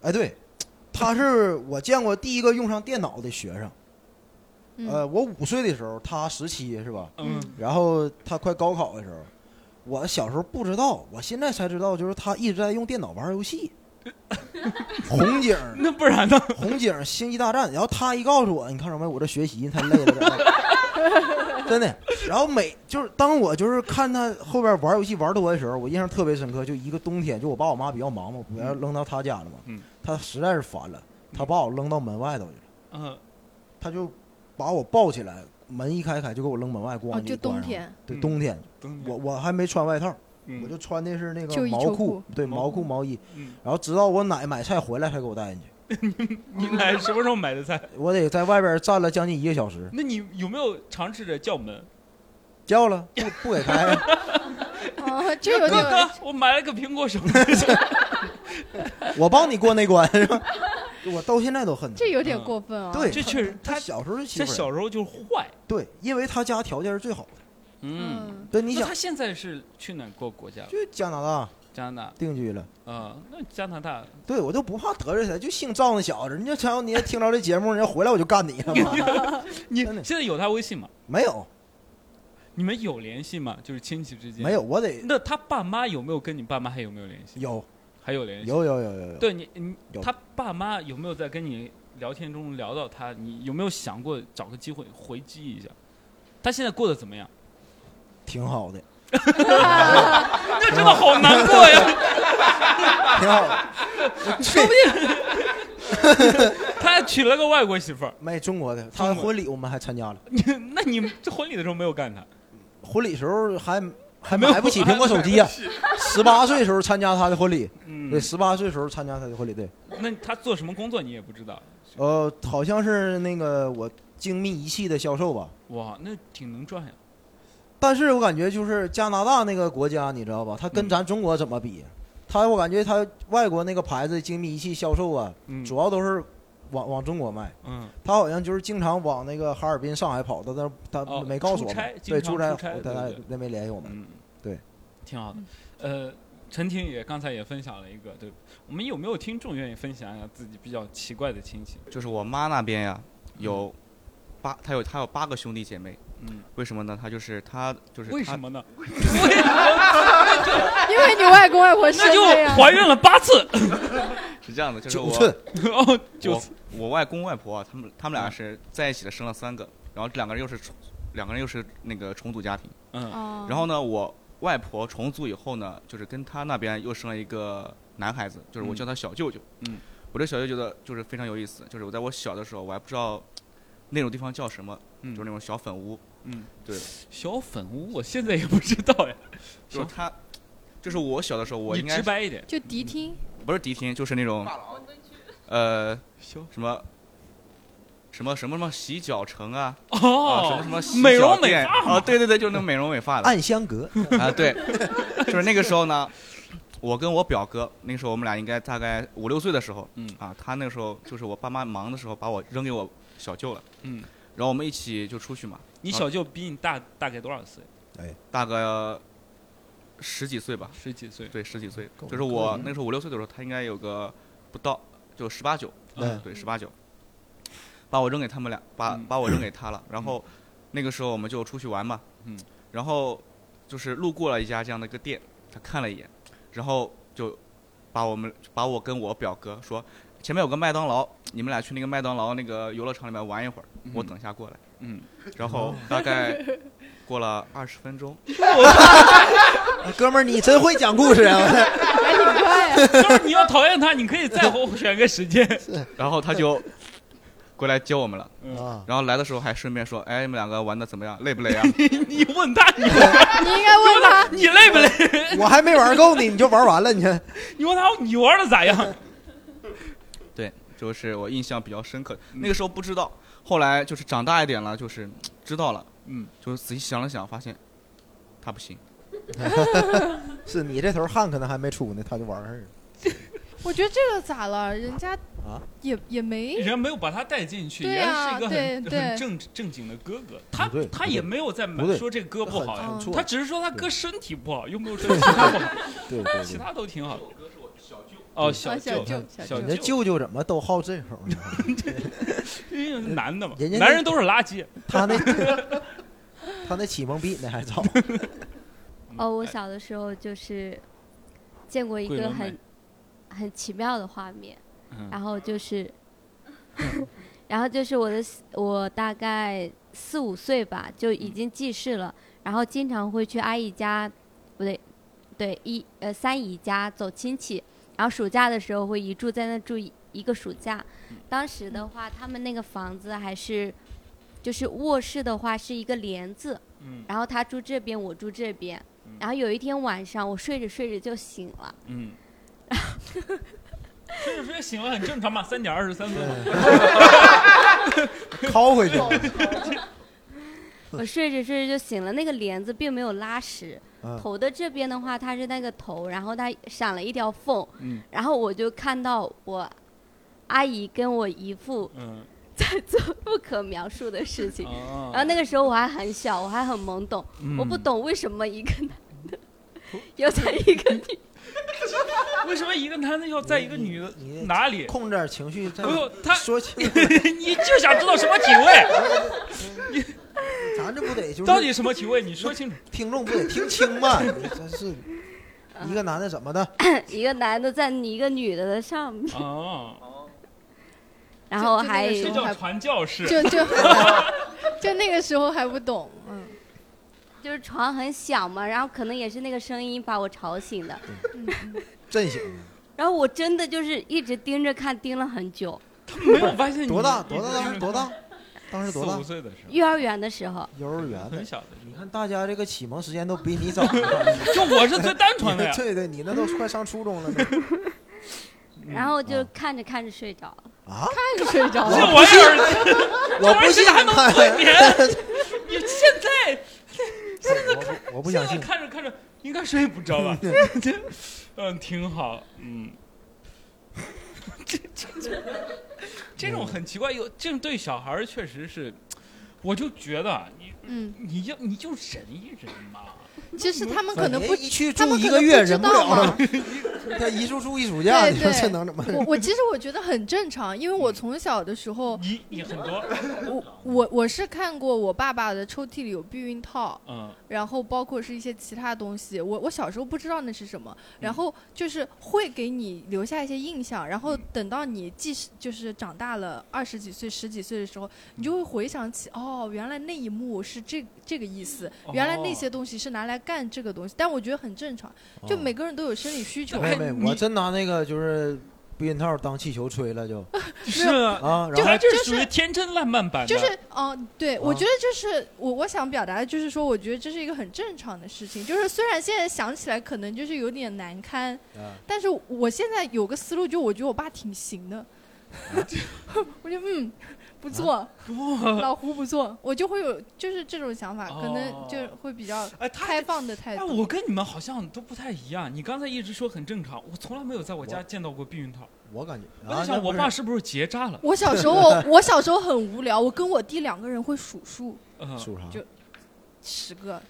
哎，对，他是我见过第一个用上电脑的学生。嗯呃，我五岁的时候，他十七是吧？嗯然后他快高考的时候，我小时候不知道，我现在才知道，就是他一直在用电脑玩游 [laughs] 戏，红警儿。那不然呢？红警《星际大战》，然后他一告诉我，你看着没，我这学习太累了，然后 [laughs] 真的。然后每就是当我就是看他后边玩游戏玩多的时候，我印象特别深刻。就一个冬天，就我爸我妈比较忙嘛，我要扔到他家了嘛，嗯他实在是烦了，他把我扔到门外头去了，嗯，他就把我抱起来，门一开开就给我扔门外咣、哦，一就关冬上 [laughs] 了，天，对嗯冬天，等我我还没穿外套，嗯我就穿的是那就个一毛秋裤，裤对毛毛裤裤毛衣，嗯，然后直到我奶买菜回来才给我带进去，你奶什么时候买的菜？我得在外边站了将近一个小时。那你有没有尝试着叫门？叫了，不不给开，哦，就有哥点哥，我买了个苹果手机。我帮你过那关是吧？ [laughs] 我到现在都恨他这。有点过分啊。对，嗯这他确实他他小时候就欺这负人小时候就是坏。对，因为他家条件是最好的。嗯， [laughs] 嗯，对，你那想他现在是去哪个国家？就加拿大加拿大。定居了，嗯，那加拿大对我就不怕得罪他，就姓赵那小子，人家瞧你也听着这节目，人家回来我就干你了嘛。你真的现在有他微信吗？没有你们有联系吗？就是亲戚之间没。有，我得那他爸妈有没有跟你爸妈还有没有联系？，有还有联系。有有有有有。对你，你有他爸妈有没有在跟你聊天中聊到他？你有没有想过找个机会回击一下？他现在过得怎么样？挺好的， [laughs] 那真的好难过呀！ [laughs] 挺好的。说不定 [laughs] 他还娶了个外国媳妇儿。没中国的，他中的国婚礼我们还参加了，你 [laughs] 那你这婚礼的时候没有干他？婚礼时候还还没有买不起苹果手机 [laughs] 呀、还买十八岁时候参加他的婚礼，对，嗯，十八岁时候参加他的婚礼，对。那他做什么工作你也不知道？呃，好像是那个我精密仪器的销售吧。哇，那挺能赚呀。但是我感觉就是加拿大那个国家，你知道吧？它跟嗯咱中国怎么比？它我感觉它外国那个牌子精密仪器销售啊，嗯主要都是往往中国卖。嗯，它好像就是经常往那个哈尔滨、上海跑，但是它哦没告诉我出差们，经对，常出差出差，对他对那没联系我们。嗯，对，挺好的。嗯呃，陈婷也刚才也分享了一个，对我们有没有听众愿意分享一下自己比较奇怪的亲 [laughs] 戚？就是我妈那边呀，有八，她有她有八个兄弟姐妹。嗯，为什么呢？她就是她就是为她什 [laughs] 么呢？ [laughs] 因为你外公外婆生啊那就的呀。怀孕了八次。 [laughs] 是这样的，就是九我寸， [laughs] 哦，就我我外公外婆啊，他们他们俩嗯是在一起的，生了三个，然后这两个人又是重两个人又是那个重组家庭。嗯哦然后呢，我外婆重组以后呢，就是跟她那边又生了一个男孩子，就是我嗯叫他小舅舅。嗯，我这小舅舅的就是非常有意思，就是我在我小的时候，我还不知道那种地方叫什么，嗯，就是那种小粉屋，嗯，对，小粉屋，我现在也不知道呀。就是小他，就是我小的时候，我你应该直白一点，就迪厅，不是迪厅，就是那种，呃，小什么。什么什么什么洗脚城啊，啊，什么哦什，么洗美容脚美店发嘛啊，对对对，就是那种美容美发的，暗香 [laughs] 阁，啊，对，就是那个时候呢，我跟我表哥，那个时候我们俩应该大概五六岁的时候，嗯啊，他那个时候就是我爸妈忙的时候，把我扔给我小舅了，嗯，然后我们一起就出去嘛，你小舅比你大大概多 [laughs] 少岁？哎大概十几岁吧，十几岁。对，十几岁够，就是够我了那个时候五六岁的时候，他应该有个不到，就十八九，对对，十八九，把我扔给他们俩，把嗯把我扔给他了，然后那个时候我们就出去玩嘛，嗯，然后就是路过了一家这样的一个店，他看了一眼，然后就把我们把我跟我表哥说，前面有个麦当劳，你们俩去那个麦当劳那个游乐场里面玩一会儿，我嗯等一下过来，嗯，然后大概过了二十分 [laughs] 钟， [laughs] 哥们儿，你真会讲故事啊！还挺快哎呀。就是你要讨厌他，你可以再后选个 [laughs] 时间。然后他就过来接我们了。嗯啊，然后来的时候还顺便说，哎，你们两个玩的怎么样？累不累啊？你问他，你问你应该问他他，，你累不累？我还没玩够呢，你就 [laughs] 玩完了，你看你问他哦你玩的咋样？ [laughs] 对，就是我印象比较深刻。那个时候不知道，后来就是长大一点了，就是知道了，嗯，就是仔细想了想，发现他不行，是你这头汗可能还没出呢，他就完事儿了。我觉得这个咋了？人家啊也也没人没有把他带进去，对人啊是一个很对对很正正经的哥哥，他不对他也没有在不对说这个哥不好呀很，错他只是说他哥身体不好，又没有说其他不好， [laughs] 对对其对，他都挺好。哦，小啊小舅，舅小小舅你这舅舅怎么都好这口呢？因为 [laughs] 男的嘛，啊人家那男人都是垃圾。他那 [laughs] 他那启蒙比你那还早。 [laughs] 嗯哦，我小的时候就是见过一哎桂个纶镁很很奇妙的画面，嗯然后就是， [laughs] 然后就是我的我大概四五岁吧，就嗯已经记事了，然后经常会去阿姨家，不对，对一呃三姨家走亲戚，然后暑假的时候会一住在那住一一个暑假，嗯当时的话他们那个房子还是。就是卧室的话是一个帘子，嗯然后他住这边，我住这边嗯。然后有一天晚上，我睡着睡着就醒 [laughs] 了，嗯，睡着睡着醒了很正常嘛，三点二十三分。[laughs] 拷回去了，我睡着睡着就醒了。那个帘子并没有拉实，嗯，头的这边的话，它是那个头，然后它闪了一条缝，嗯然后我就看到我阿姨跟我姨父嗯，在做不可描述的事情。然后啊，那个时候我还很小，我还很懵懂，我不嗯懂为什么一个男 [laughs] 的要在一个女， [laughs] 为什么一个男的要在一个女的你你哪里？控制点情绪，再不用他，说清，你就想知道什么体位？咱这不得就是到底什么体位？你说清楚。 [laughs] 听众不得听清吗？你真是一个男的怎么的？ [coughs] 一个男的在一个女的的上面，哦，然后就那个还时这候叫传教士。就 [laughs] 就就那个时候还不懂，嗯，就是床很小嘛，然后可能也是那个声音把我吵醒的。嗯嗯震醒 [laughs] 然后我真的就是一直盯着看，盯了很久。没有发现你多大？多大？当时多？ [laughs] 大？当时多四大五？岁的时候，幼儿园的时候，幼儿园的很。小的时你看大家这个启蒙时间都比你早，你候。就我是最单纯的呀看。 [laughs] 对对，你那都快上初中了呢。然后就啊看着看着睡着了。啊，看着睡着 [laughs] 这了。玩意儿， [laughs] 我不信，这玩意儿现在还能看催 [laughs] 眠你现在我不我不相现信在。看着看着应 [laughs] 该睡不 [laughs] 着吧？嗯，挺好，嗯。这这这这嗯种很奇怪，有这种对小孩儿确实是，我就觉得你嗯，你要你就忍一忍嘛。其实他们可能不哎一去他住们一可个能月，不知忍不道了嘛了。。 [laughs] 他一住住一 [laughs] 暑假，对你说对这能怎么？我我其实我觉得很正常，因为我从小的时候，你你很多，我我我是看过我爸爸的抽屉里有避孕套，嗯然后包括是一些其他东西。我我小时候不知道那是什么，嗯然后就是会给你留下一些印象，然嗯后等到你即使就是长大了二十几岁、十几岁的时候，你就会回想起，哦，原来那一幕是这这个意思，哦原来那些东西是拿来干这个东西。但我觉得很正常，就每个人都有生理需求。没有没哎 [laughs] 有，你我真拿那个就是避孕套当气球吹了 [laughs] 就是啊，啊，然这后还这是属于天真烂漫版的，就是哦、对，我啊觉得就是我我想表达的就是说，我觉得这是一个很正常的事情。就是虽然现在想起来可能就是有点难堪，啊但是我现在有个思路，就我觉得我爸挺行的， [laughs] 我就嗯不错，哇。 [laughs] 老胡不错，我就会有就是这种想法，可哦能就会比较哎，他开放的态哎，度。我跟你们好像都不太一样。你刚才一直说很正常，我从来没有在我家我见到过避孕套。我感觉我啊在，想，那我不爸是是不是结扎了？我小时 [laughs] [laughs] 候，我小时候很无聊，我跟我弟两个人会数数，嗯，属啥？就十个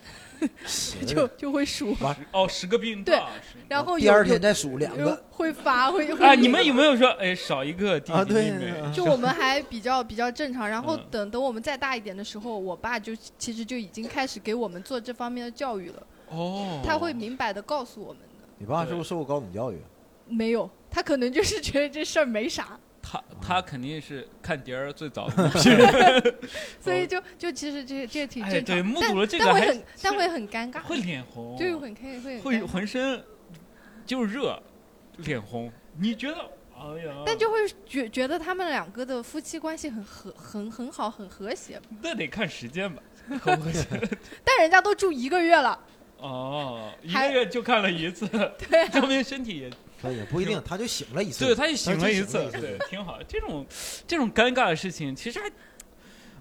十 [laughs] 就个就会数，哦，十个避孕套对啊。是然后第有二有天再数两有个会发会会啊，你们有没有说，哎，少一个弟啊，弟妹对妹？，啊就我们还比较比较正常，然后嗯等等我们再大一点的时候，我爸就其实就已经开始给我们做这方面的教育了，哦，他会明白的告诉我们的。你爸是不是受过高等教育？啊没有，他可能就是 [laughs] 觉得这事儿没啥，他他肯定是看碟儿最 [laughs] 早的， [laughs] 所以就就其实这这挺哦哎，正对，常，目睹但了这个但会还很但会很尴尬，会脸红，对很开会很 [laughs] 会尴尬浑身就热，脸红。你觉得？哎呀，但就会觉觉得他们两个的夫妻关系很和很很好，很和谐。那得看时间 [laughs] 吧，合不合适但人家都住一个月了， [laughs] [laughs] 哦，一还个月就看了一次，对啊证明身体也他也不一定，他就醒嗯了一次。对，他也醒了一次，他就醒了对一，挺好。这种这种尴尬的事情，其实还，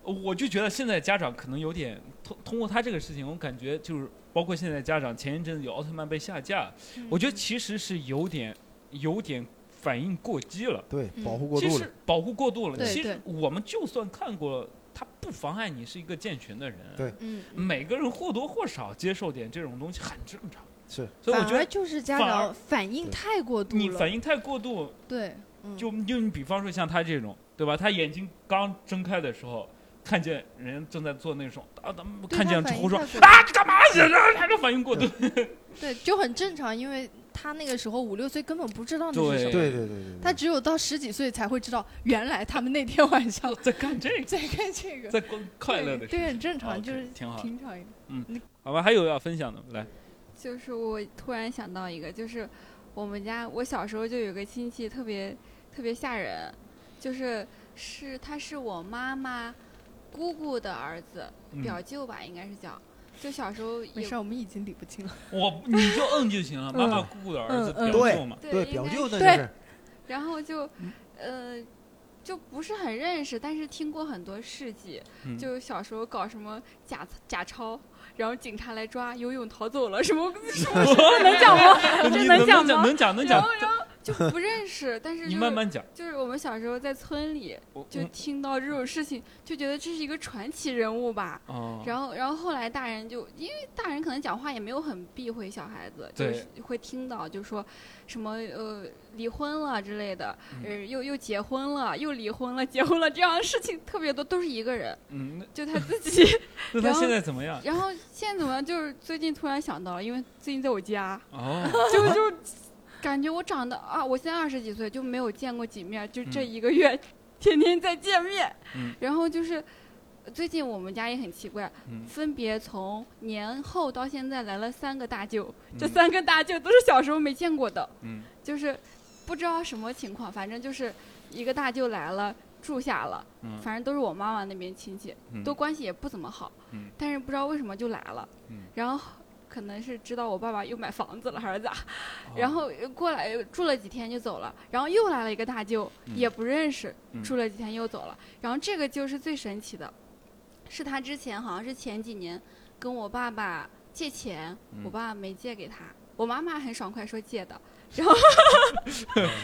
我就觉得现在家长可能有点通通过他这个事情，我感觉就是包括现在家长，前一阵子有奥特曼被下架，嗯我觉得其实是有点有点反应过激了。对，嗯保护过其度了实。保护过度了。对其实对我们就算看过，它不妨碍你是一个健全的人。对嗯，每个人或多或少接受点这种东西很正常。是，所以我反觉而得就是家反而长反应对太过度了，你反应太过度，对，嗯就就你比方说像他这种，对吧？他眼睛刚睁开的时候。看见人正在做那种啊，咱们对看见他反应胡说太过度啊，你干嘛去？他这反应过度， [laughs] 对就很正常，因为他那个时候五六岁根本不知道那对是什么，对对对对。他只有到十几岁才会知道，原来他们那天晚上 [laughs] 在干这个，在看这个，在光快乐的事对，情，很正哦常，就是挺好的嗯平常一点。好吧？还有要分享的吗，来，就是我突然想到一个，就是我们家我小时候就有个亲戚特别特别吓人，就是是他是我妈妈姑姑的儿子，嗯表舅吧，应该是叫。就小时候没也事儿，我们已经理不清了。我你就嗯就行了。妈妈姑姑的儿子嗯嗯表舅嘛，对应表该舅那是就是嗯然后就呃就不是很认识，但是听过很多事迹，嗯就是小时候搞什么假假钞，然后警察来抓，游泳逃走了什 [laughs] 么什么事儿，能讲吗？你这能讲讲吗？能讲能然讲后，然后就不认识，但是你就慢是慢讲。就是我们小时候在村里我嗯就听到这种事情，就觉得这是一个传奇人物吧。哦，然后，然后后来大人就因为大人可能讲话也没有很避讳小孩子，就对是会听到就说什么呃离婚了之类的，嗯呃又又结婚了，又离婚了，结婚了这样的事情特别多，都是一个人，嗯，那就他自己。 [laughs] 那然他后现在怎么样？然后现在怎么样？就是最近突然想到了，因为最近在我家，哦， [laughs] 就就感觉我长得啊，我现在二十几岁就没有见过几面，就这一个月天天在见面。嗯然后就是最近我们家也很奇怪，嗯分别从年后到现在来了三个大舅，这嗯三个大舅都是小时候没见过的，嗯就是不知道什么情况，反正就是一个大舅来了。住下了，嗯反正都是我妈妈那边亲戚，嗯，都关系也不怎么好，嗯但是不知道为什么就来了，嗯然后可能是知道我爸爸又买房子了还是咋， [laughs] [laughs] 哦然后呃过来呃住了几天就走了，然后又来了一个大舅，嗯也不认识，嗯住了几天又走了。然后这个舅是最神奇的，是他之前好像是前几年跟我爸爸借钱，嗯我爸爸没借给他，我妈妈很爽快说借 [laughs] 的，嗯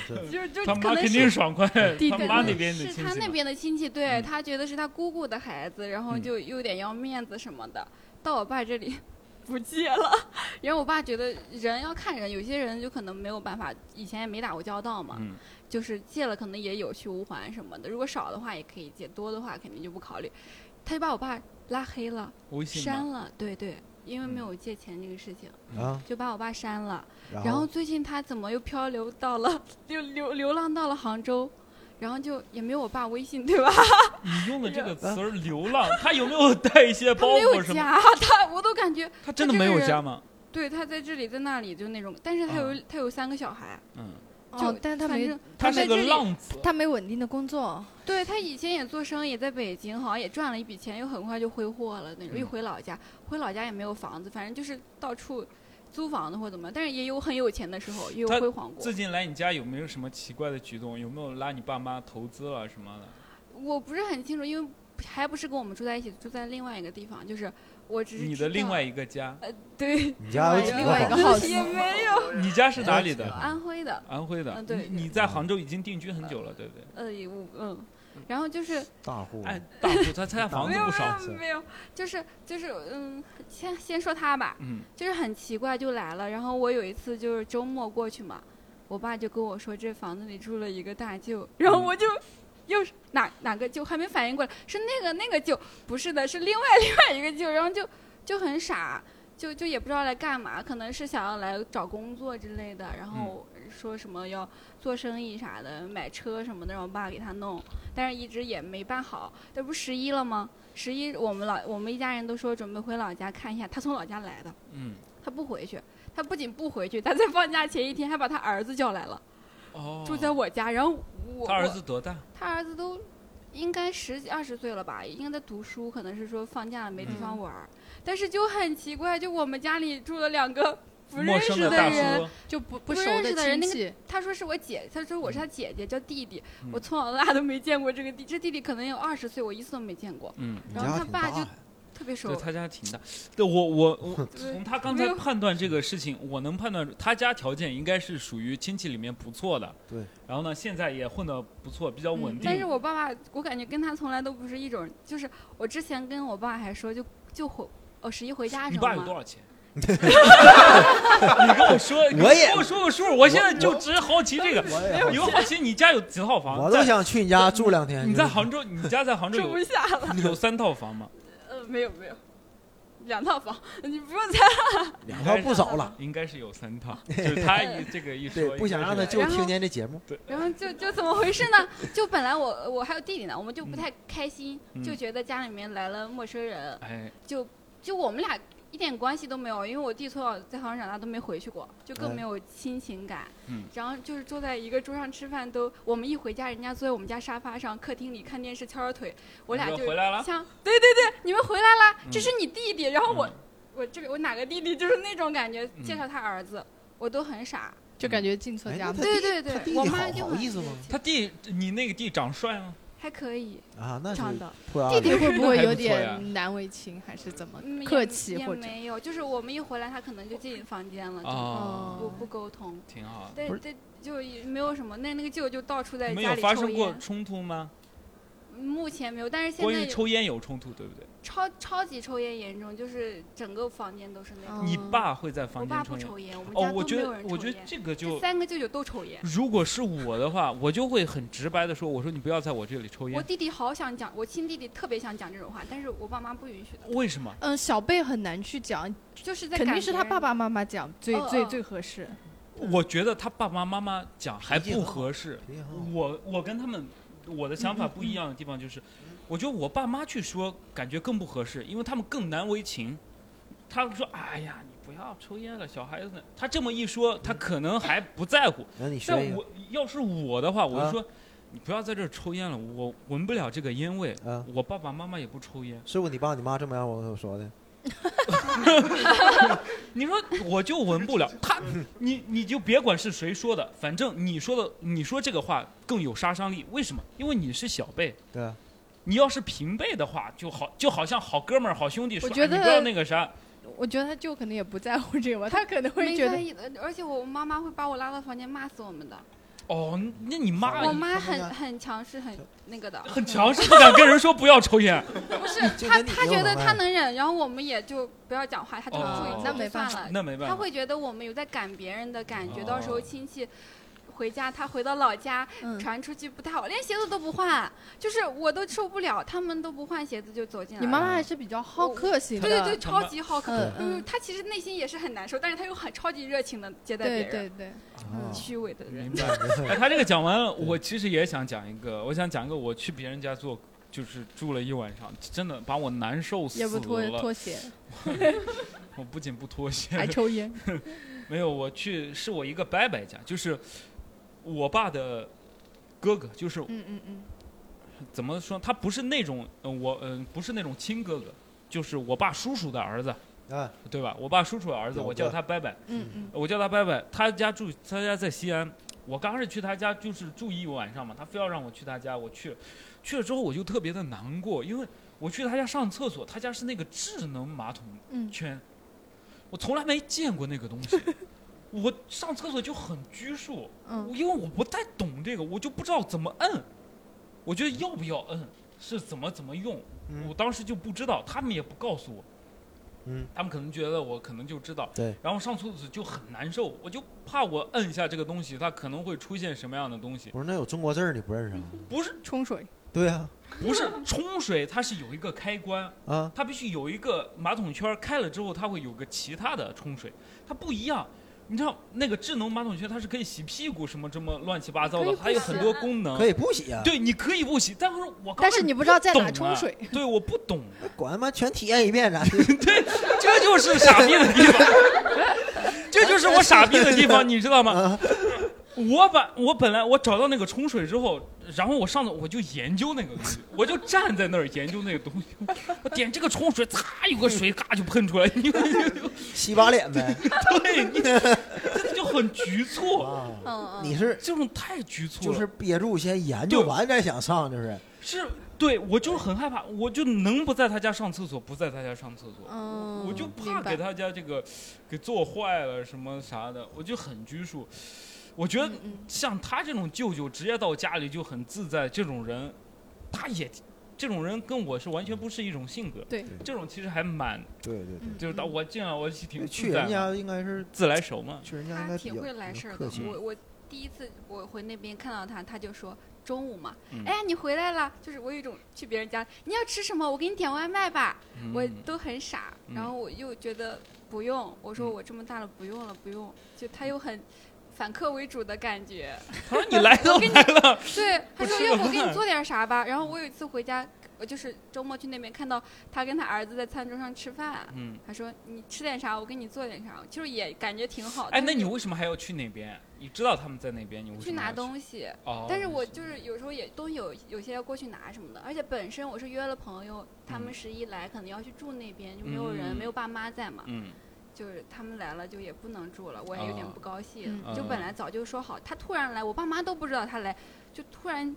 对就是就他可妈能肯定是是。爽快，对可他对妈能那边的亲戚是嘛，他那边的亲戚，对、嗯他觉得是他姑姑的孩子，然后嗯就有点要面子什么的，到我爸这里 [laughs] 不借了。然后我爸觉得人要看人，有些人就可能没有办法，以前也没打过交道嘛，嗯就是借了可能也有去无还什么的，如果少的话也可以借，多的话肯定就不考虑。他就把我爸拉黑了，微信删嘛，了，对对，因为嗯没有借钱这个事情，啊，就把我爸删了。然然后后最近他怎么又漂流到了流流流浪到了杭州，然后就也没有我爸微信对吧？你用的这个词儿“流浪”，他有没有带一些他包 [laughs] 没有袱什么？家，他我都感觉他真的没有家吗？对他在这里在那里就那种，但是他有、他有三个小孩，嗯，就哦，但他反没正他在是个这里浪子，他没稳定的工作，对他以前也做生意，在北京好像也赚了一笔钱，又很快就挥霍了那种。嗯一回老家，回老家也没有房子，反正就是到处租房子或怎么样。但是也有很有钱的时候，也有他辉煌过最。近来你家有没有什么奇怪的举动？有没有拉你爸妈投资了什么的？我不是很清楚，因为还不是跟我们住在一起，住在另外一个地方。就是我只是你知的道呃另外一个家，对你家有几另外一个个宝？好也没有你家是哪里的？安徽的，安徽的。嗯对你你在杭州已经定居很久了，对不对？呃，也我嗯，然后就是大户哎，大户他他家房没子有不少。没有没有，就是就是嗯，先先说他吧，嗯就是很奇怪就来了。然后我有一次就是周末过去嘛，我爸就跟我说这房子里住了一个大舅，啊然后我就又是哪哪个舅还没反应过来，是那个那个舅，不是的，是另外 [laughs] 另外一个舅，然后就就很傻，就就也不知道来干嘛，可能是想要来找工作之类的，然后说什么要做生意啥的，买车什么的，让我爸给他弄，但是一直也没办好。这不十一了吗？十一我们老我们一家人都说准备回老家看一下，他从老家来的。嗯，他不回去，他不仅不回去，他在放假前一天还把他儿子叫来了，哦，住在我家。然后我他儿我子多大？他儿子都应该十几二十岁了吧，应该在读书，可能是说放假了没地嗯方玩儿。但是就很奇怪，就我们家里住了两个不陌认生识大人。叔，就不不熟认识的人亲那个戚，他说是我姐，他说我是他姐姐，叫弟弟。嗯我从小到大都没见过这个弟，这弟弟可能有二十岁，我一次都没见过。嗯，你然后家他挺爸大就呀，特别熟对，。他家 [laughs] 挺大。对我我我对从他刚才判断这个事情，我能判断他家条件应该是属于亲戚里面不错的。对。然后呢，现在也混得不错，比较嗯稳定。但是我爸爸，我感觉跟他从来都不是一种，就是我之前跟我爸还说，就就回哦十一回家你什爸有么多嘛，少钱？ [laughs] 你跟我说，你我也跟我说个数，我现在就只是好奇这个。我也你又好奇你家有几套房？我都想去你家住两嗯在天。你在杭州，你家在杭州住不有下了。有三套房吗？呃，没有没有，两套房，你不用猜。两套不少了，应该是有 [laughs] 三套，就是他一这个一说，对，不想让他应该是就听见这节目。 [laughs] 然后就就怎么回事呢？就本来我我还有弟弟呢，我们就不太开心，嗯就觉得家里面来了陌生人，哎，就就我们俩一点关系都没有，因为我弟从小在杭州长大都没回去过，就更哎没有亲情感。嗯然后就是坐在一个桌上吃饭都，我们一回家，人家坐在我们家沙发上，客厅里看电视，翘着腿，我俩你就们回来了像对对对，你们回来啦，嗯这是你弟弟，然后我、嗯我这个我哪个弟弟，就是那种感觉，嗯介绍他儿子，我都很傻。就感觉进错哎家那门他。对弟对他对弟我弟妈就好好很意思吗？他弟，你那个弟长帅吗？还可以，啊，那是长得破案弟了弟会不会有那还不错点难为情，还是怎么嗯，也客气也或者？没有，就是我们一回来，他可能就进房间了，就哦，不不沟通。挺好的。对不是对，就也没有什么。那那个舅就到处在你们家有里发抽生过烟，冲突吗？目前没有，但是现关在于有抽烟有冲突，对不对？超超级抽烟严重，就是整个房间都是那嗯种。你爸会在我房爸间不烟？抽烟，我们哦家，都我觉没有得人抽我觉得烟。这个这就，三个舅舅都抽烟。如果是我的话，我就会很直白的说，我说你不要在我这里抽我烟。弟弟好想讲，我亲弟弟特别想讲这种话，但是我爸妈不允许的，为什么？嗯，小辈很难去讲，就是在肯定赶是别他人爸。爸妈妈讲最哦最哦最合适。嗯我觉得他爸爸妈妈讲还脾气不很好合适。挺好我我跟他们我的想法不一样的地方就是，我觉得我爸妈去说感觉更不合适，因为他们更难为情。他们说：“哎呀，你不要抽烟了，小孩子。” [laughs] 他这么一说，他可能还不在乎。那你学但一我要是我的话，我就啊说：“你不要在这儿抽烟了，我闻不了这个烟味。个啊。我爸爸妈妈也不抽烟。是不？你爸你妈这么让我说的？你说我就闻不了他， [laughs] 你你就别管是谁说的，反正你说的你说这个话更有杀伤力。为什么？因为你是小辈，对啊，你要是平辈的话，就好就好像好哥们儿、好兄弟说，我觉得哎你不要那个啥，我觉得他舅可能也不在乎这个吧，他可能会没觉在得意的，而且我妈妈会把我拉到房间骂死我们的。哦，那你妈我妈他们很家很强势，很那个的。很强势，不敢跟人说不要抽烟。不是就他，跟你他一觉样得的他能忍，然后我们也就不要讲话，他就注哦意，那没办法那没办他法，会觉得我们有在赶别人的感觉，哦到时候亲戚回家，他回到老家嗯，传出去不太好，连鞋子都不换，就是我都受不了，他们都不换鞋子就走进来。你妈妈还是比较好客型的。对对对，他们超级好客。嗯嗯，嗯，他其实内心也是很难受，但是他又很超级热情的接待别对人，对对，啊虚伪的人明。白。哎，他这个讲完了，我其实也想讲一个，我想讲一个，我去别人家做，就是住了一晚上，真的把我难受死也不脱了。脱 [laughs] 鞋，我不仅不脱还鞋，抽烟。没有，我去是我一个伯伯家，就是我爸的哥哥，就是嗯嗯嗯，怎么说，他不是那种，呃、我嗯、不是那种亲哥哥，就是我爸叔叔的儿子，啊，对吧？我爸叔叔的儿子，表哥我叫他伯伯，嗯嗯，我叫他伯伯。他家住，他家在西安。我刚开始去他家就是住一晚上嘛，他非要让我去他家，我去了，去了之后我就特别的难过，因为我去他家上厕所，他家是那个智能马桶嗯圈，我从来没见过那个东西，我上厕所就很拘束，嗯因为我不太懂这个，我就不知道怎么摁，我觉得要不要摁是怎么怎么用，嗯我当时就不知道，他们也不告诉我，嗯，他们可能觉得我可能就知道，对，然后上厕所就很难受，我就怕我摁一下这个东西，它可能会出现什么样的东西，不是那有中国字儿你不认识啊？嗯不是冲水。对啊，不是冲水，它是有一个开关，啊，它必须有一个马桶圈儿开了之后，它会有个其他的冲水，它不一样。你知道那个智能马桶圈它是可以洗屁股什么这么乱七八糟可以的，不啊它有很多洗功能可。以不写啊，对，你可以不洗，但是我刚但是开始你不知道在懂哪啊冲水，对，我不懂，管他妈全体验一遍咱。这 [laughs] 就是傻逼的地方，这就是我傻逼的地方，你知道吗？嗯我把我本来我找到那个冲水之后，然后我上头我就研究那个东西，我就站在那儿研究那个东西，我点这个冲水，擦，有个水嘎就喷出来，你洗把脸呗。 [laughs] 对你真的就很局促， [laughs] 啊，嗯嗯，你是这种太局促就了，是憋住先研究完再想上，就是是对我就很害怕，我就能不在他家上厕所，不在他家上厕所，嗯，我就明怕白给他家这个给做坏了什么啥的，我就很拘束。我觉得嗯嗯像他这种舅舅直接到家里就很自在，这种人，他也这种人跟我是完全不是一种性格。对，这种其实还蛮对对嗯就是到嗯我进来我挺对，去自在人嘛家应该是自来熟嘛。去人家应他该比挺较会来比事较儿客的气。。我我第一次我回那边看到他，他就说中午嘛嗯，哎，你回来了，就是我有一种去别人家，你要吃什么，我给你点外卖吧，嗯我都很傻，嗯然后我又觉得不用，我说嗯我这么大了不用了不用，就他又很。反客为主的感觉，他说你来 [laughs] 都来了， [laughs] 对，他不说吃要不个我给饭你做点啥吧。然后我有一次回家，我就是周末去那边看到他跟他儿子在餐桌上吃饭，嗯，他说你吃点啥，我给你做点啥，就是也感觉挺好。哎，但那是你为什么还要去那边？你知道他们在那边，你为什去么拿还要去？东西，哦，但是我就是有时候也都有有些要过去拿什么的，而且本身我是约了朋友，他们嗯十一来可能要去住那边，就没有人，嗯没有爸妈在嘛，嗯就是他们来了就也不能住了，我也有点啊不高兴，嗯就嗯本来早就说好，他突然来，我爸妈都不知道他来，就突然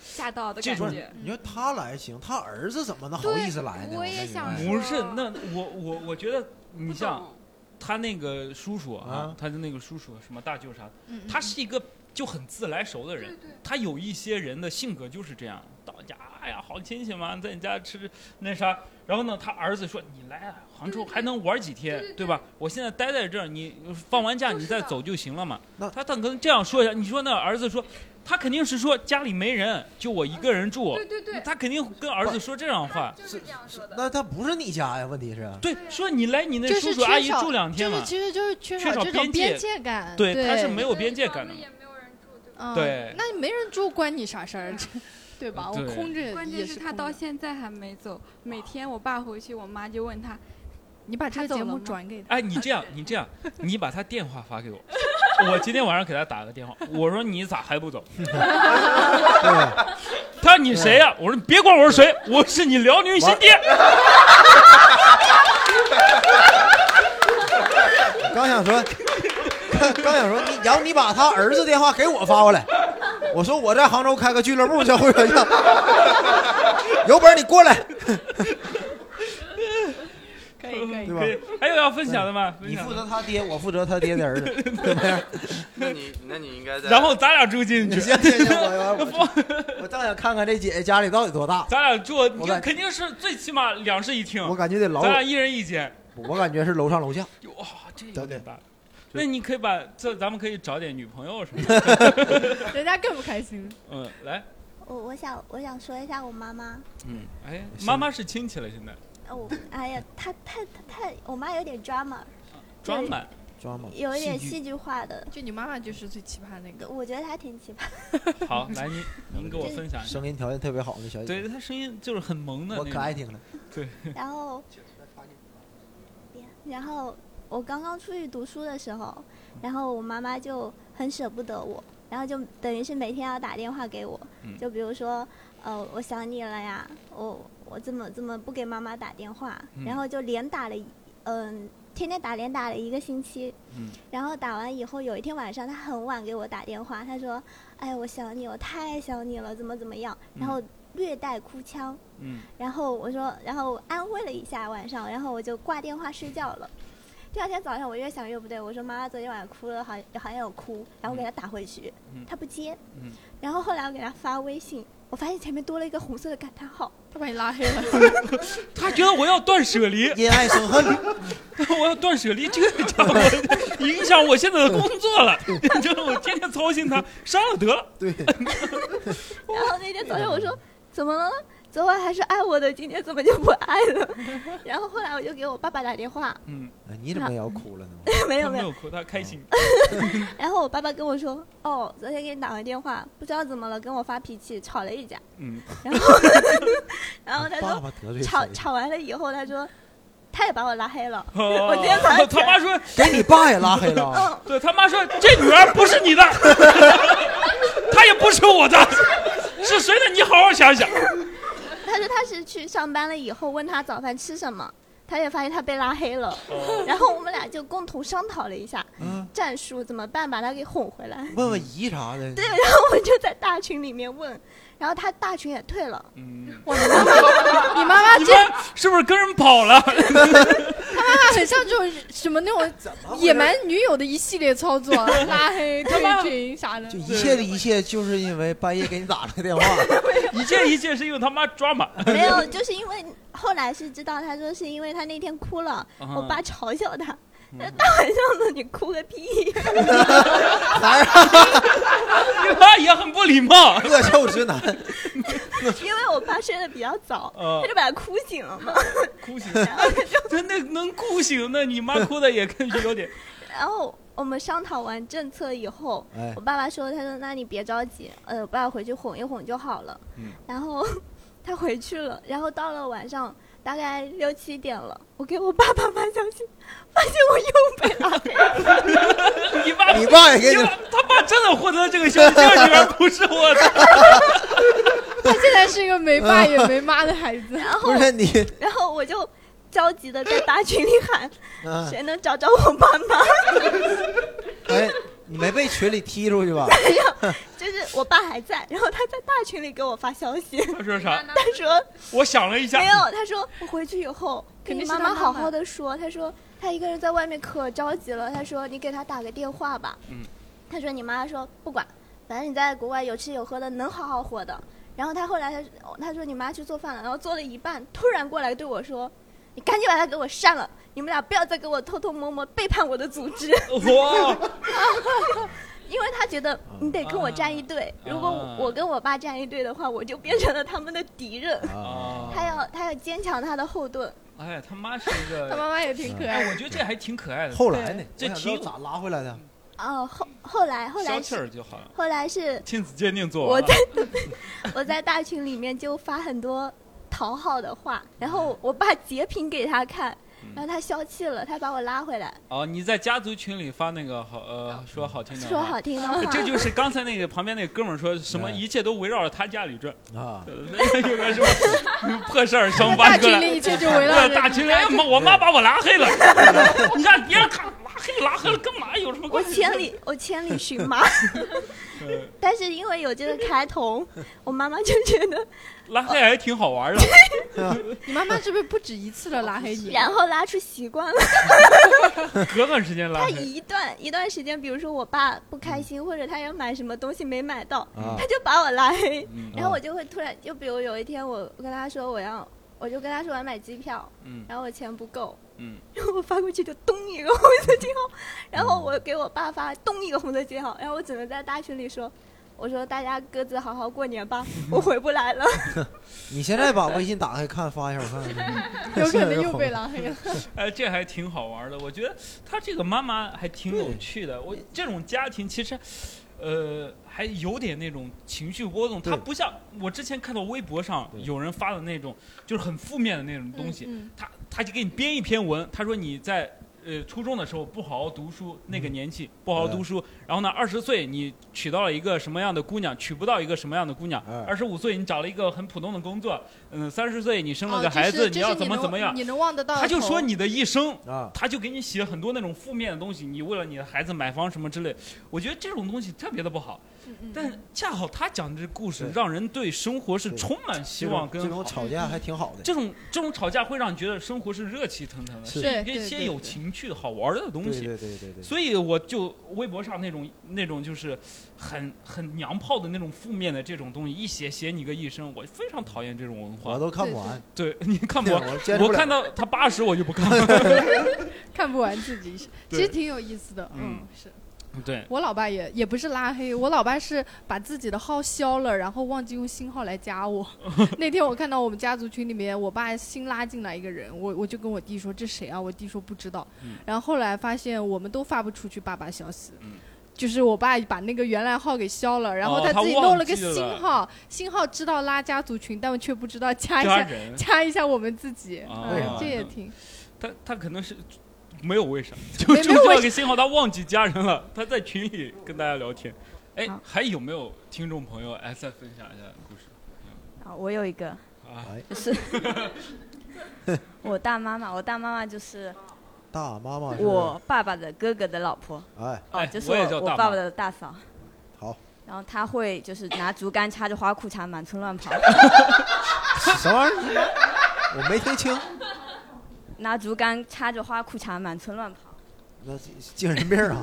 吓到的这感种觉。你说他来行，他儿子怎么能好对意思来呢？我我也没明想白说不是，那我我我觉得你不像懂，他那个叔叔啊啊，他的那个叔叔什么大舅啥的，嗯嗯他是一个就很自来熟的对人，对，他有一些人的性格就是这样，到家哎呀好亲戚嘛，在你家吃那啥，然后呢他儿子说你来啊杭州对对对还能玩几天对对对对吧？我现在待在这儿，你放完假就你是再的走就行了嘛。那他他可能这样说一下，你说那儿子说。他肯定是说家里没人，就我一个人住对。对对，他肯定跟儿子说这样的话。就是这样说的。那他不是你家呀？问题是，对对，啊 [laughs] 说你来你那就叔是叔阿缺姨少住两天就嘛是，其实就是缺缺少少这种边界边界感，对对，他是没有对边界房感子的也没有人住，对吧？嗯对那没人住关你啥事儿，这对吧？我对空着也啊关键是是他空到着现在还没走，每天我爸回去，我妈就问他，你把这他个走节了目吗转给他，哎，你 [laughs] 这样，你这样，你把他电话发给我， [laughs] 我今天晚上给他打个电话，我说你咋还不走？ [laughs] 对，他说你谁呀、我说你别管我是谁，我是你辽宁新爹。刚想说，刚刚想说，你然后你把他儿子电话给我发过来，我说我在杭州开个俱乐部叫会员校，有本事你过来，可以可以对可以吧？还有要分享的吗？分你享负的责他爹，我负责他爹的儿子，怎么样？ [laughs] 那你那你应该在然后咱俩住进去行，行行， [laughs] 我我我正想看看这姐姐家里到底多大，咱俩住，你我感肯定是最起码两室一厅，我感觉得老咱，俩一人一间。我感觉是楼上楼下。哟哇，这有对点大。那你可以把这，咱们可以找点女朋友什么的。 [laughs] 人家更不开心。嗯，来，我我想我想说一下我妈妈，嗯，哎，行妈妈是亲戚了，现在哦，哎呀，她她她她，我妈有点 drama，装满。装吧，有一点戏剧戏剧化的，就你妈妈就是最奇葩那个，我觉得她挺奇葩。好，来您您给我分享一下。声音条件特别好的小姐姐，对他声音就是很萌的那我种，可爱听了。然后，然后我刚刚出去读书的时候，然后我妈妈就很舍不得我，然后就等于是每天要打电话给我嗯，就比如说，呃，我想你了呀，我我怎么怎么不给妈妈打电话嗯，然后就连打了一，嗯，天天打连打了一个星期，嗯然后打完以后，有一天晚上她很晚给我打电话，她说，哎，我想你，我太想你了，怎么怎么样，然后略带哭腔。嗯，然后我说，然后安慰了一下晚上，然后我就挂电话睡觉了。第二天早上我越想越不对，我说妈妈昨天晚上哭了，好像好像有哭，然后我给她打回去嗯，她不接嗯。然后后来我给她发微信，我发现前面多了一个红色的感叹号，他把你拉黑了。他觉得我要断舍离，因爱生恨， [laughs] 我要断舍离，这个家伙影响我现在的工作了。你知道我天天 [laughs] 操心他，删了得了。对， [laughs] 然后那天早上我说怎么了？昨晚还是爱我的，今天怎么就不爱了？ [laughs] 然后后来我就给我爸爸打电话，嗯，哎你怎么也要哭了呢？哦没他有没没有。有哭，他开心。然后我爸爸跟我说，哦，昨天给你打完电话，不知道怎么了，跟我发脾气，吵了一架。嗯， [laughs] 然后他说爸爸得罪谁吵？吵完了以后，他说他也把 [laughs] 我拉黑了。我今天早上起哦他来妈说， [laughs] 给你爸也拉黑了。嗯，对他妈说， [laughs] 这女 [laughs] 儿不是你的，她也不是我的，是谁的？你好好想想。他说他是去上班了以后问他早饭吃什么，他也发现他被拉黑了，[laughs] 哦然后我们俩就共同商讨了一下战术怎么办，把他给哄回来。 [laughs] 嗯 [laughs] 问问姨啥的。对，然后我就在大群里面问，然后他大群也退了。嗯，我的妈 [laughs] 妈，你妈妈你这们是不是跟人跑了？ [laughs] 他妈妈 [laughs] 很像这种什么那种野蛮女友的一系列操作，啊拉黑、退群啥的就。一切的一切，就是因为半夜给你打了个电话， [laughs] 一切一切是因为他妈 [laughs] 抓马。 [laughs] 没有，就是因为后来是知道，他说是因为他那天哭了，我爸嘲笑他。他大晚上的，你哭个屁！男人你妈也很不礼貌。恶臭直男。因为我爸睡得比较早，嗯他就把他哭醒了嘛。哭醒，真的能哭醒的，你妈哭的也跟有点。然后我们商讨完政策以后，哎我爸爸说：“他说那你别着急，呃，我爸回去哄一哄就好了。嗯然后 [laughs] 他回去了，然后到了晚上大概六七点了，我给我爸爸发消息，发现我又被拉黑了。你爸，你爸也给你你爸他爸真的获得了这个消息，这个女人不是我的。 [laughs] [laughs] 他现在是一个没爸也没妈的孩子。 [laughs] 然后不是你，然后我就焦急的在大群里喊，啊谁能找找我爸妈？ [laughs] 哎，你没被群里踢出去吧？就是我爸还在，然后他在大群里给我发消息，他说啥？ [laughs] 他说。”我想了一下，没有，他说我回去 [laughs] 以后肯跟你定是他妈妈妈好好的说，他说他一个人在外面可着急了，他说你给他打个电话吧。嗯，他说你妈说不管，反正你在国外有吃有喝的，能好好活的。然后他后来他说他说你妈去做饭了，然后做了一半，突然过来对我说，你赶紧把他给我删了，你们俩不要再给我偷偷摸摸背叛我的组织，我 [laughs] 因为他觉得你得跟我站一队，如果啊我跟我爸站一队的话，我就变成了他们的敌人。啊，他要他要坚强他的后盾。哎，他妈是一他个，妈妈也挺可爱哎，我觉得这还挺可爱的，后来呢？对我想知道咋拉回来的？哦，后后来后消来气是儿就好了。后来是亲子鉴定做我完了 [laughs] 在，我在大群里面就发很多讨好的话，然后我爸截屏给他看，嗯然后他消气了，他把我拉回来，哦，你在家族群里发那个好啊呃说好听的说好话，呃听的话。这就是刚才那个旁边那哥们儿说什么哎一切都围绕着他家里转，啊，有个什么破事儿他想大搬过群来，里一切就围绕着大群里，哎妈，我妈把我拉 [laughs] 黑了，你让别人看拉黑拉黑了，干嘛有什么我关系？千里我千里寻 [laughs] 妈，嗯但是因为有这个开头，我妈妈就觉得，拉黑还挺好玩的，你妈妈是不是不止一次的拉黑你？然后拉出习惯了。隔段时间拉他黑，一段一段时间，比如说我爸不嗯开心，或者他要买什么东西没买到，啊他就把我拉黑。嗯然后我就会突然，就比如有一天我跟他说我要，我就跟他说我要买机票，嗯然后我钱不够，嗯，然后我发过去就咚一个红色信号，然后我给我爸发咚一个红色信号，然后我只能在大群里说，我说大家各自好好过年吧，我回不来了。嗯 [laughs] 你现在把微信打开看发一下，我看看。有可能又被拉黑了。 [laughs] 哎，这还挺好玩的。我觉得他这个妈妈还挺有趣的。我这种家庭其实，呃，还有点那种情绪波动。对他不像我之前看到微博上对有人发的那种，就是很负面的那种东西。嗯他他就给你编一篇文，他说你在呃初中的时候不好好读书，那嗯个年纪不好好读书，然后呢二十岁你娶到了一个什么样的姑娘，娶不到一个什么样的姑娘哎，二十五岁你找了一个很普通的工作，嗯，三十岁你生了哦个这孩是子，这要是怎么能怎么样，你能望得到的头。他就说你的一生。啊，他就给你写很多那种负面的东西，你为了你的孩子买房什么之类，我觉得这种东西特别的不好。 [laughs] 嗯，嗯但恰好他讲的这故事对，让人对生活是对充满 [laughs] 希望跟这种好吵架还挺好的。这种这种吵架会让你觉得生活是热气腾腾的，是对一对些对有对情趣、好玩的东对西。对对对对。所以我就微博上那种那种就是很很娘炮的那种负面的这种东西，一写写你个一生，我非常讨厌这种文我化。都看不完，对 [laughs] 你看对我， [laughs] 我接受我不了看到他八十我就不看了。看不完自己一生，其对实挺有意思的。嗯嗯，是对，我老爸也也不是拉黑，我老爸是把自己的号消了，然后忘记用新号来加我。 [laughs] 那天我看到我们家族群里面，我爸新拉进来一个人，我我就跟我弟说这谁啊？我弟说不知道。嗯然后后来发现我们都发不出去爸爸消息。嗯就是我爸把那个原来号给消了，然后哦他他自己忘弄了个记了新号，新号知道拉家族群，但却不知道加一家下人，加一下我们自己，哦嗯，这也挺他他可能是没有为啥，就没就没有为啥这个信号，他忘记家人了，他在群里跟大家聊天。哎好，还有没有听众朋友哎再分享一下故事 [laughs] 啊，我有一个，啊？就是我大妈妈，我大妈妈就是大妈哦妈是我爸爸的哥哥的老婆，哎哦，就是我也叫我大妈爸爸的大嫂。好。然后她会就是拿竹竿插着花裤衩满村 [laughs] 乱跑，什么玩意儿？我没听清，拿竹竿插着花裤衩满村乱跑。那精神病啊！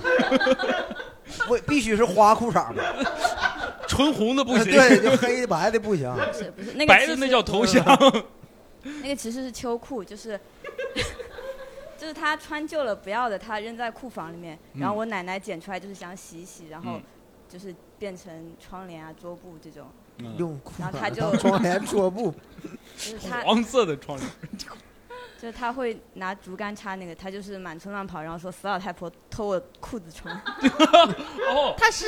我必须是花裤衩吧，纯红的不行对，就黑的白的 [laughs] 不行。不是不是，那个白其的实那叫投 [laughs] 降。那个其实是秋裤，就是 [laughs] 就是他穿旧了不要的，他扔在库房里面，嗯然后我奶奶捡出来就是想洗一洗，然后嗯就是变成窗帘啊、桌布这种。嗯用裤然后他衩就当窗帘桌布， [laughs] 就是他，黄色的窗帘，就是他会拿竹竿插那个，他就是满村乱跑，然后说死老太婆偷我裤子 [laughs] 穿。哦，他是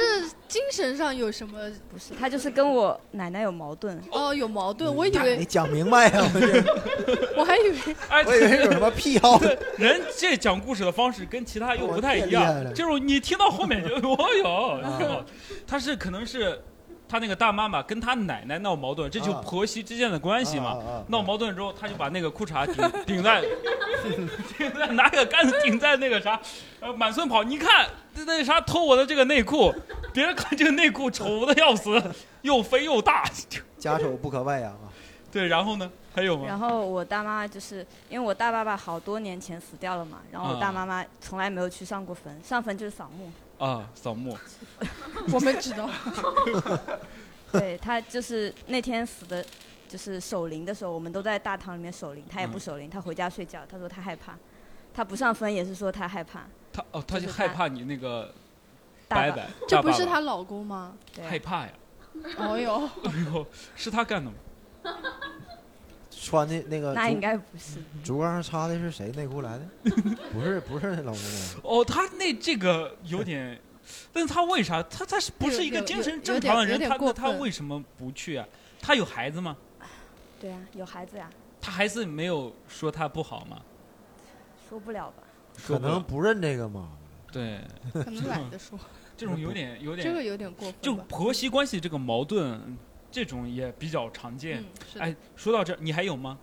精神上有什么？不是，他就是跟我奶奶有矛盾。哦，有矛盾，嗯我以你为讲明白呀、 [laughs] 我这我还以为哎，哎我以为有什么癖好。人这讲故事的方式跟其他又不太一我太厉害了啊样，就是你听到后 [laughs] 面就哦哟，他是可能是他那个大妈妈跟他奶奶闹矛盾，这就啊婆媳之间的关系啊啊嘛啊。闹矛盾之后，他就把那个裤衩顶顶在 [laughs] 顶在拿个杆子顶在那个啥，呃，满村跑，你看那那啥偷我的这个内裤，别人看这个内裤丑的要死，又肥又大， [laughs] 家丑不可外扬啊！对，然后呢还有吗？然后我大妈就是因为我大爸爸好多年前死掉了嘛，然后我大妈妈从来没有去上过坟，上坟就是扫墓。啊，扫墓， [laughs] 我们知道， [laughs] 对他就是那天死的，就是守灵的时候，我们都在大堂里面守灵，他也不嗯守灵，他回家睡觉。他说他害怕，他不上坟也是说他害怕。他哦，他就就是害他怕你那个大白爸白，这大不爸是爸她老公吗？害对，怕呀。哦哟，哎呦，是他干的吗？穿的那个那应竹该不是。竹竿上插的是谁内裤来的？不是不是老公啊公，哦，他那这个有点，但是他为啥？他他是不是一个有有精神有正常的人？有点他有点那过他分为什么不去啊？他有孩子吗？对啊，有孩子呀、他还是没有说他不好吗？说不了吧？说可不了能不认这个妈。对可能懒得说， [laughs] 这种有点有这点，个有点过就分吧？婆媳关系这个矛盾，这种也比较常见嗯。，是的，哎，说到这，你还有吗？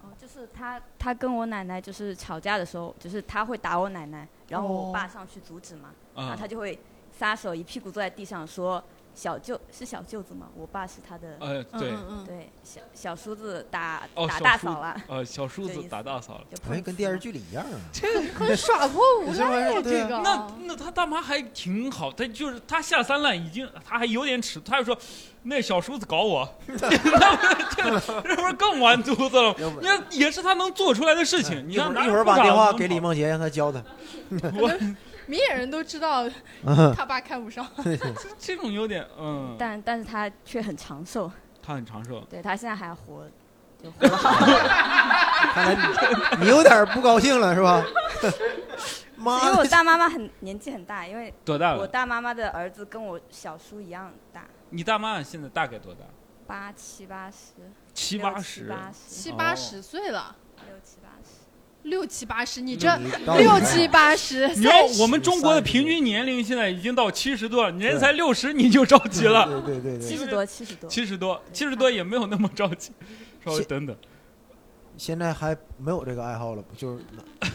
哦，就是他，他跟我奶奶就是吵架的时候，就是他会打我奶奶，然后哦我爸上去阻止嘛，然后啊他就会撒手一屁股坐在地上说：“小舅是小舅子吗？我爸是他的，呃，嗯对，嗯嗯，对，小小叔子打、哦打小大叔嫂了。”呃，小叔这子意思打大嫂了。就好像碰跟瓷电视嘛剧里一样啊！这个很耍 [laughs] 泼无赖呀，是不啊是这个啊那那他大妈还挺好，他就是他下三滥已经，他还有点尺，他就说那小叔子搞 [laughs] 我，这这不是更完犊子了要吗？不你看也是他能做出来的事情。你一会儿看拿一会儿裤衩把电话子给李梦洁，让她教他。明眼人都知道呃 [laughs] 嗯哦他爸看不上， [laughs] 这种有点 [laughs] 嗯，但但是他却很长寿，他很长寿。对他现在还活，就活了好。 [laughs] 看来你你有点不高兴了 [laughs] 是吧？因为妈我的，大妈妈很年纪很大，因为多大我了？大妈妈的儿子跟我小叔一样大，你大妈现在大概多大？八七八十，七六八七十。哦八十，哦七八十岁了，六七八十，六七八十，你这嗯 [laughs] 你到底六七八十，你要三十我们中国的平均年龄现在已经到七十多了，你人才六十你就着急对了，对对对七对，十多七十多，七十多，七十多也没有那么着 [laughs] 急，稍微是等等。现在还没有这个爱好了，就是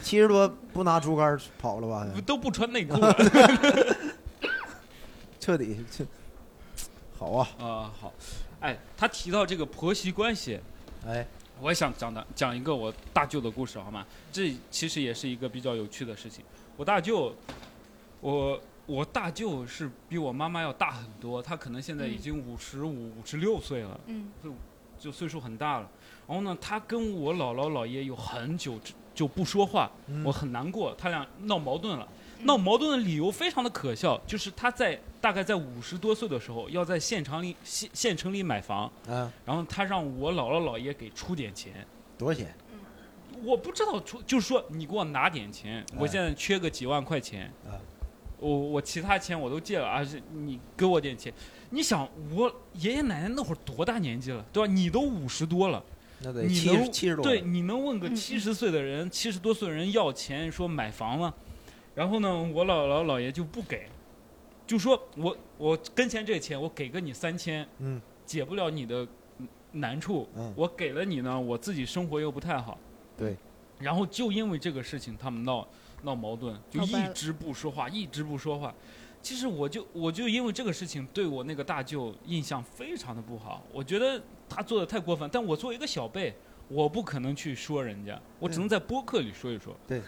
七十多不拿竹竿儿跑了吧？ [laughs] 都不穿内裤了 [laughs] 彻底这好啊！啊！好，哎，他提到这个婆媳关系，哎，我也想讲的讲一个我大舅的故事，好吗？这其实也是一个比较有趣的事情。我大舅，我我大舅是比我妈妈要大很多，他可能现在已嗯经五十五、五十六岁了， [laughs] 嗯，就岁数很大了。然后呢，他跟我姥姥姥爷有很久之就不说话，嗯我很难过，他俩闹矛盾了。闹矛盾的理由非常的可笑，就是他在大概在五十多岁的时候，要在县城里县县城里买房，啊，然后他让我姥姥姥爷给出点钱，多少钱？我不知道出，就是说你给我拿点钱，我现在缺个几万块钱哎，我我其他钱我都借了，而且你给我点钱。你想，我爷爷奶奶那会儿多大年纪了，对吧？你都五十多了，那得你七十能七十多了，嗯对，你能问个七十岁的人、七十多岁的人要钱说买房吗？然后呢，我姥姥姥爷就不给，就说我我跟前这钱我给个你三千，嗯，解不了你的难处，嗯我给了你呢，我自己生活又不太好，对，然后就因为这个事情他们闹闹矛盾，就闹掰一了直不说话，一直不说话。其实我就我就因为这个事情对我那个大舅印象非常的不好，我觉得他做的太过分，但我作为一个小辈，我不可能去说人家，我只能在播客里说一说，对，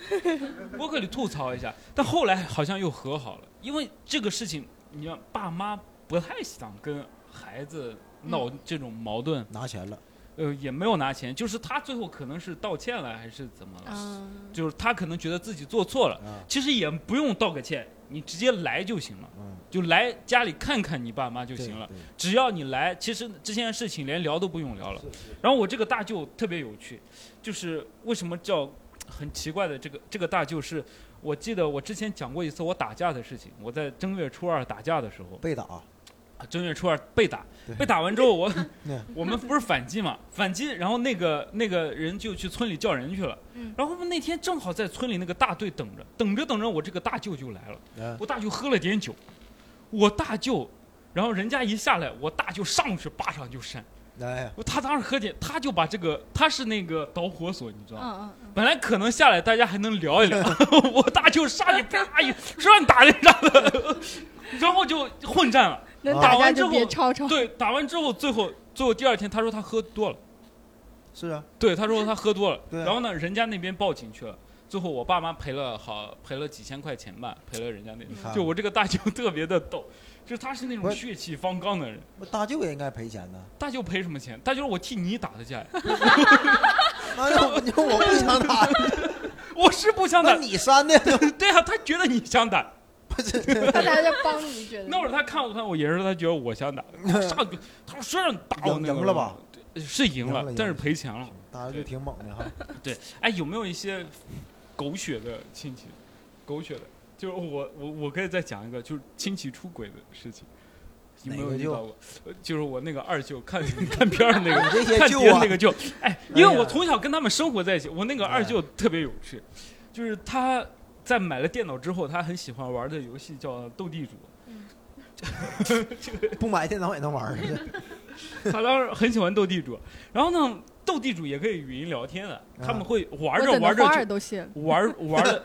播客里吐槽一下。但后来好像又和好了，因为这个事情，你看爸妈不太想跟孩子闹这种矛盾，拿钱了，呃，也没有拿钱，就是他最后可能是道歉了还是怎么了，嗯，就是他可能觉得自己做错了，啊，其实也不用道个歉，你直接来就行了，嗯，就来家里看看你爸妈就就行了。，只要你来，其实之前的事情连聊都不用聊了。然后我这个大舅特别有趣，就是为什么叫很奇怪的这个这个大舅是，我记得我之前讲过一次我打架的事情，我在正月初二打架的时候，被打，啊正月初二被打对，被打完之后我 [laughs] 对我们不是反击嘛，反击，然后那个那个人就去村里叫人去了嗯，然后我们那天正好在村里那个大队等着，等着等着我这个大舅就来了。嗯我大舅喝了点酒，我大舅，然后人家一下来，我大舅上去巴掌就扇。哎呀，我他当时喝点，他就把这个他是那个导火索，你知道吗？嗯嗯本来可能下来大家还能聊 [laughs] 一聊，我大舅上去啪一说让你打人啥 [laughs] 的，然后就混战了。能啊打打架完之就后别吵吵。对，打完之后最后最后第二天他说他喝多了，是啊，对他说他喝多了，对啊然后呢人家那边报警去了。最后我爸妈赔了好赔了几千块钱吧，赔了人家那你看，就我这个大舅特别的逗，就是他是那不种是血气方刚的人。我大舅也应该赔钱呢。大舅赔什么钱？大舅说我替你打 [laughs] 的架呀，那就你说 [laughs] 我不想打， [laughs] 我是不想那打。你删的， [laughs] 对啊，他觉得你想打，不是 [laughs] 他俩在帮你，觉得那会儿他看我看我也是，他觉得我 [laughs] 想打，上去他说谁让你打我赢那个赢了吧？是赢赢了了赢，但是了赔钱了。打的就挺猛的哈。哎，有没有一些狗血的亲戚？狗血的，就是我我我可以再讲一个，就是亲戚出轨的事情。有没有哪个遇舅到过？呃就是我那个二舅看 [laughs] 看片儿那个， [laughs] 你这些看舅别人啊那，[laughs] 个舅，哎，因哎呀为哎我从小跟他们生活在一起，我那个二舅特别有趣，就是他在买了电脑之后，他很喜欢玩的游戏叫斗地主，不买电脑也能玩儿是他当时很喜欢斗地主，然后呢，斗地主也可以语音聊天的，他啊们会玩我着整的玩着花儿就都谢了，玩玩 [laughs] 的，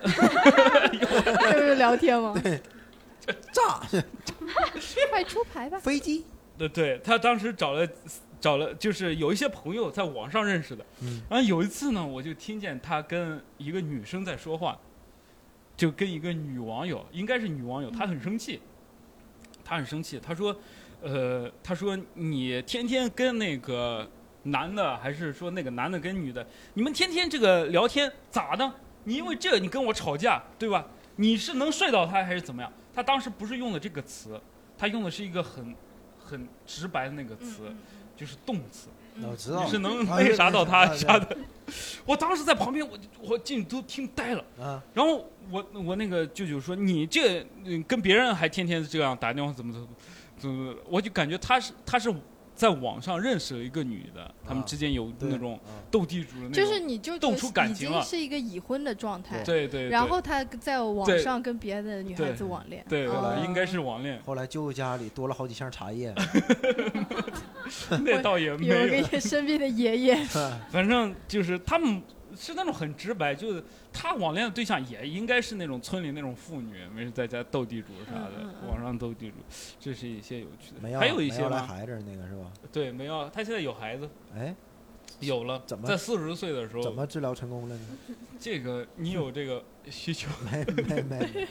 这不是聊天吗？炸 [laughs] 快出牌吧！飞机，对对，他当时找了找了，就是有一些朋友在网上认识的。嗯然后有一次呢，我就听见他跟一个女生在说话，就跟一个女网友，应该是女网友，她很生气，她很生气，她说，呃，她说你天天跟那个男的，还是说那个男的跟女的，你们天天这个聊天咋的？你因为这你跟我吵架，对吧？你是能睡到他还是怎么样？他当时不是用的这个词，他用的是一个很很直白的那个词，就是动词，我知你道是能啊那啥到他对对对啥的。 [laughs] 我当时在旁边，我就我进去都听呆了。啊，然后我我那个舅舅说：“你这嗯跟别人还天天这样打电话，怎么怎么怎么？”我就感觉他是他是在网上认识了一个女的，他们之间有对那种啊，斗地主的那种，就是你舅舅动出感已情经了是一个已婚的状态，对对对，然后他在网对上跟别的女孩对子网恋，对对哦对，应该是网恋后来舅舅家里多了好几箱茶 [laughs] 叶，那倒也 [laughs] 没有有 [laughs] 一。个身边的爷爷，反正就是他们是那种很直白，就是他网恋的对象也应该是那种村里那种妇女，没事在家斗地主啥的，嗯嗯嗯网上斗地主，这是一些有趣的。没要还有一没些来吗？孩子那个是吧？对，没有，他现在有孩子，哎，有了，怎么在四十岁的时候？怎么治疗成功了呢？这个你有这个需求？ [laughs] 没没没，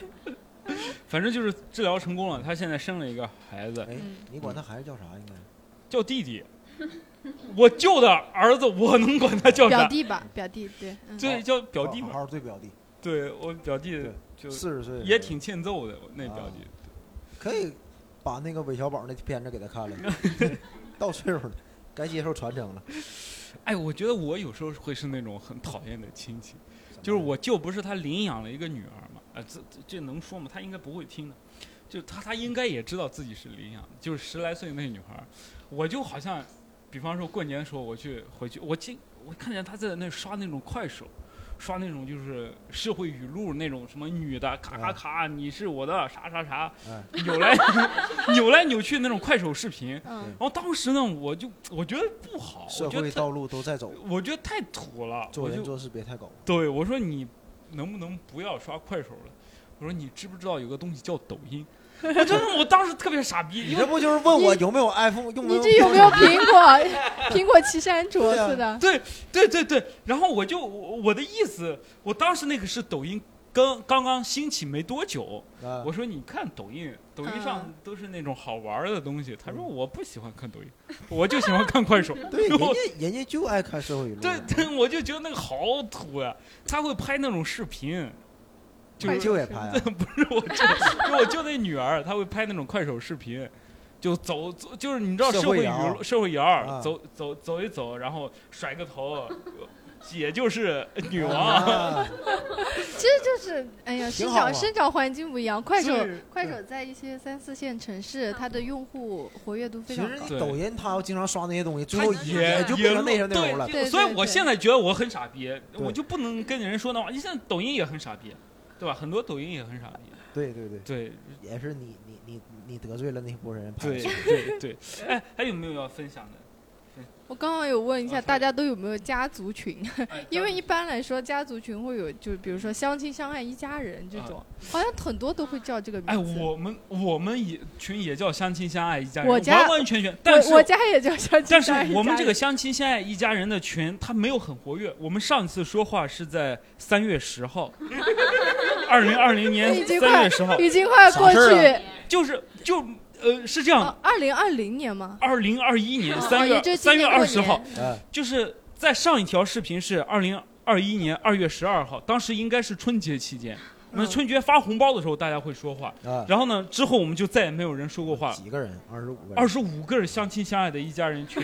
[laughs] 反正就是治疗成功了，他现在生了一个孩子，哎嗯，你管他孩子叫啥？应该叫弟弟。 [laughs] 我舅的儿子，我能管他叫表啥？弟吧，表弟对，嗯对，叫表弟好嘛。好对表弟，对我表弟就四十岁也挺欠揍的，我那表弟。啊可以把那个韦小宝那片子给他看 [laughs] 了，到岁数了，该接受传承了。哎，我觉得我有时候会是那种很讨厌的亲戚，就是我舅不是他领养了一个女儿嘛，啊、这这这能说吗？他应该不会听的，就他他应该也知道自己是领养的，就是十来岁那女孩儿，我就好像，比方说过年的时候我去回去，我进我看见他在那刷那种快手，刷那种就是社会语录那种什么女的咔咔咔，你是我的啥啥啥，扭来 [laughs] 扭来扭去那种快手视频。嗯然后当时呢，我就我觉得不好，社我觉得会太道路都在走，我觉得太土了，做我人就做事别太狗。对，我说你能不能不要刷快手了？我说你知不知道有个东西叫抖音？我真的，我当时特别傻逼。你因这为不就是问我有没有 iPhone 用不你用？。这有没有苹果？ [laughs] 苹果七山卓对啊似的，对对对对，然后我就我我的意思，我当时那个是抖音刚刚刚兴起没多久，我说你看抖音，抖音嗯上都是那种好玩儿的东西。他说我不喜欢看抖音，我就喜欢看快手嗯对，人 [laughs] 然后家人家就爱看社会啊语录，对对，我就觉得那个好土呀、他会拍那种视频，就你是就也 [laughs] 拍啊。不是我就就我就那女儿，她会拍那种快手视频，就走走，就是你知道社社会会摇摇社会摇，啊走走走一走，然后甩个头，姐 [laughs] 就是女王。啊其实就是哎呀，挺生好啊长生长环境不一样。快手是快手在一些三四线城市，它的用户活跃度非其常实高。你抖音他要经常刷那些东西，最后她也就变成那些内容了。对对所以我对现在觉得我很傻逼，对我就不能跟人说那话。你现在抖音也很傻逼，对吧？很多抖音也很傻逼。对对对，对也是你你你你得罪了那波人拍对的。对 [laughs] 对， [laughs] 哎，还有没有要分享的？我刚刚有问啊一下大家都有没有家族群，哎 [laughs] 因为一般来说家族群会有，就是比如说相亲相爱一家人啊这种，好像很多都会叫这个哎，名字。我们我们也群也叫相亲相爱一家人，我家完完全全。但是我我家也叫相亲但是相爱一家人。我们这个相亲相爱一家人的群，它没有很活跃。我们上一次说话是在三月十 [laughs] 号，二零二零年已经三快月十号，已经快过啥事儿啊去，啊就是就呃是这样，二零二零年嘛，二零二一年哦三也就今月三年月过二十年号，哎，就是在上一条视频是二零二一年二月十二号，当时应该是春节期间。我们嗯春节发红包的时候，大家会说话。啊，然后呢，之后我们就再也没有人说过话了。几个人？二十五个人。二十五个人相亲相爱的一家 [laughs] 人群，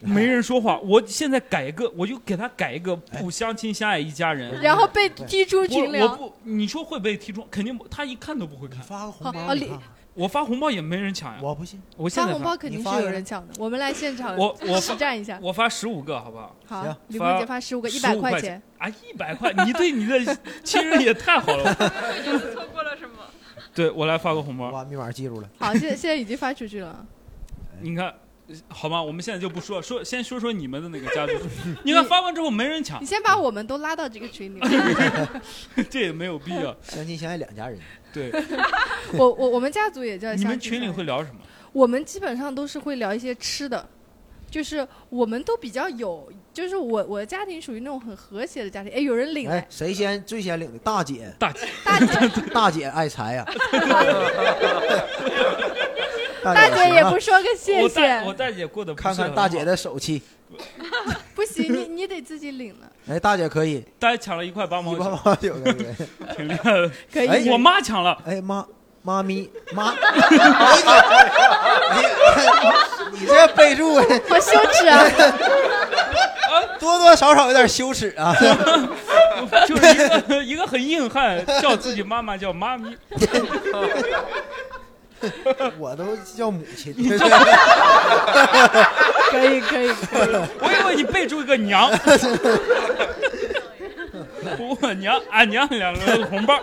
没人说话。我现在改一个，我就给他改一个不相亲相爱一家人。然后被踢出我群我聊。不，你说会被踢出？肯定不，他一看都不会你看。发个红哦包，哦你李看我发红包也没人抢呀。我不信。我现发在红包肯定你是发一有个人抢的，我们来现场我 [laughs] 我实发战一下。我发十五个，好不好？好行，李发梦洁发十五个，一百15块块钱钱。啊，一百块！你对你的亲人也太好 [laughs] 了。错过了什么？ [laughs] 对我来发个红我包，把密码记住了。哎好，现在现在已经发出去了。啊你看。好吗？我们现在就不说，说先说说你们的那个家族。 [laughs] 你看发完之后没人抢你，先把我们都拉到这个群里面。 [laughs] 这也没有必要。相亲相爱两家人，对， [laughs] 我我我们家族也叫你们相亲群里相爱会聊什么？我们基本上都是会聊一些吃的，就是我们都比较有，就是我我的家庭属于那种很和谐的家庭。哎，有人领来哎，，谁先最先领的？大姐，大姐，大姐 [laughs] 大姐爱啊财呀。大姐姐行也了不说个谢我大我谢，大姐过得不是看很好看大姐，的手气， [laughs] 不行，你你得自己领了，哎，大姐可以，一大姐抢了一块八毛八九，八九个人，挺厉害的。可以。哎我妈抢了，哎妈，妈咪妈， [laughs] 哎你你这备注好羞耻啊！ [laughs] 多多少少有点羞耻啊， [laughs] 就是一个一个很硬汉，叫自己妈妈叫妈咪。 [laughs] 我都叫母亲，可以可以，可以我以为你备注一个娘，我娘俺娘两个红包。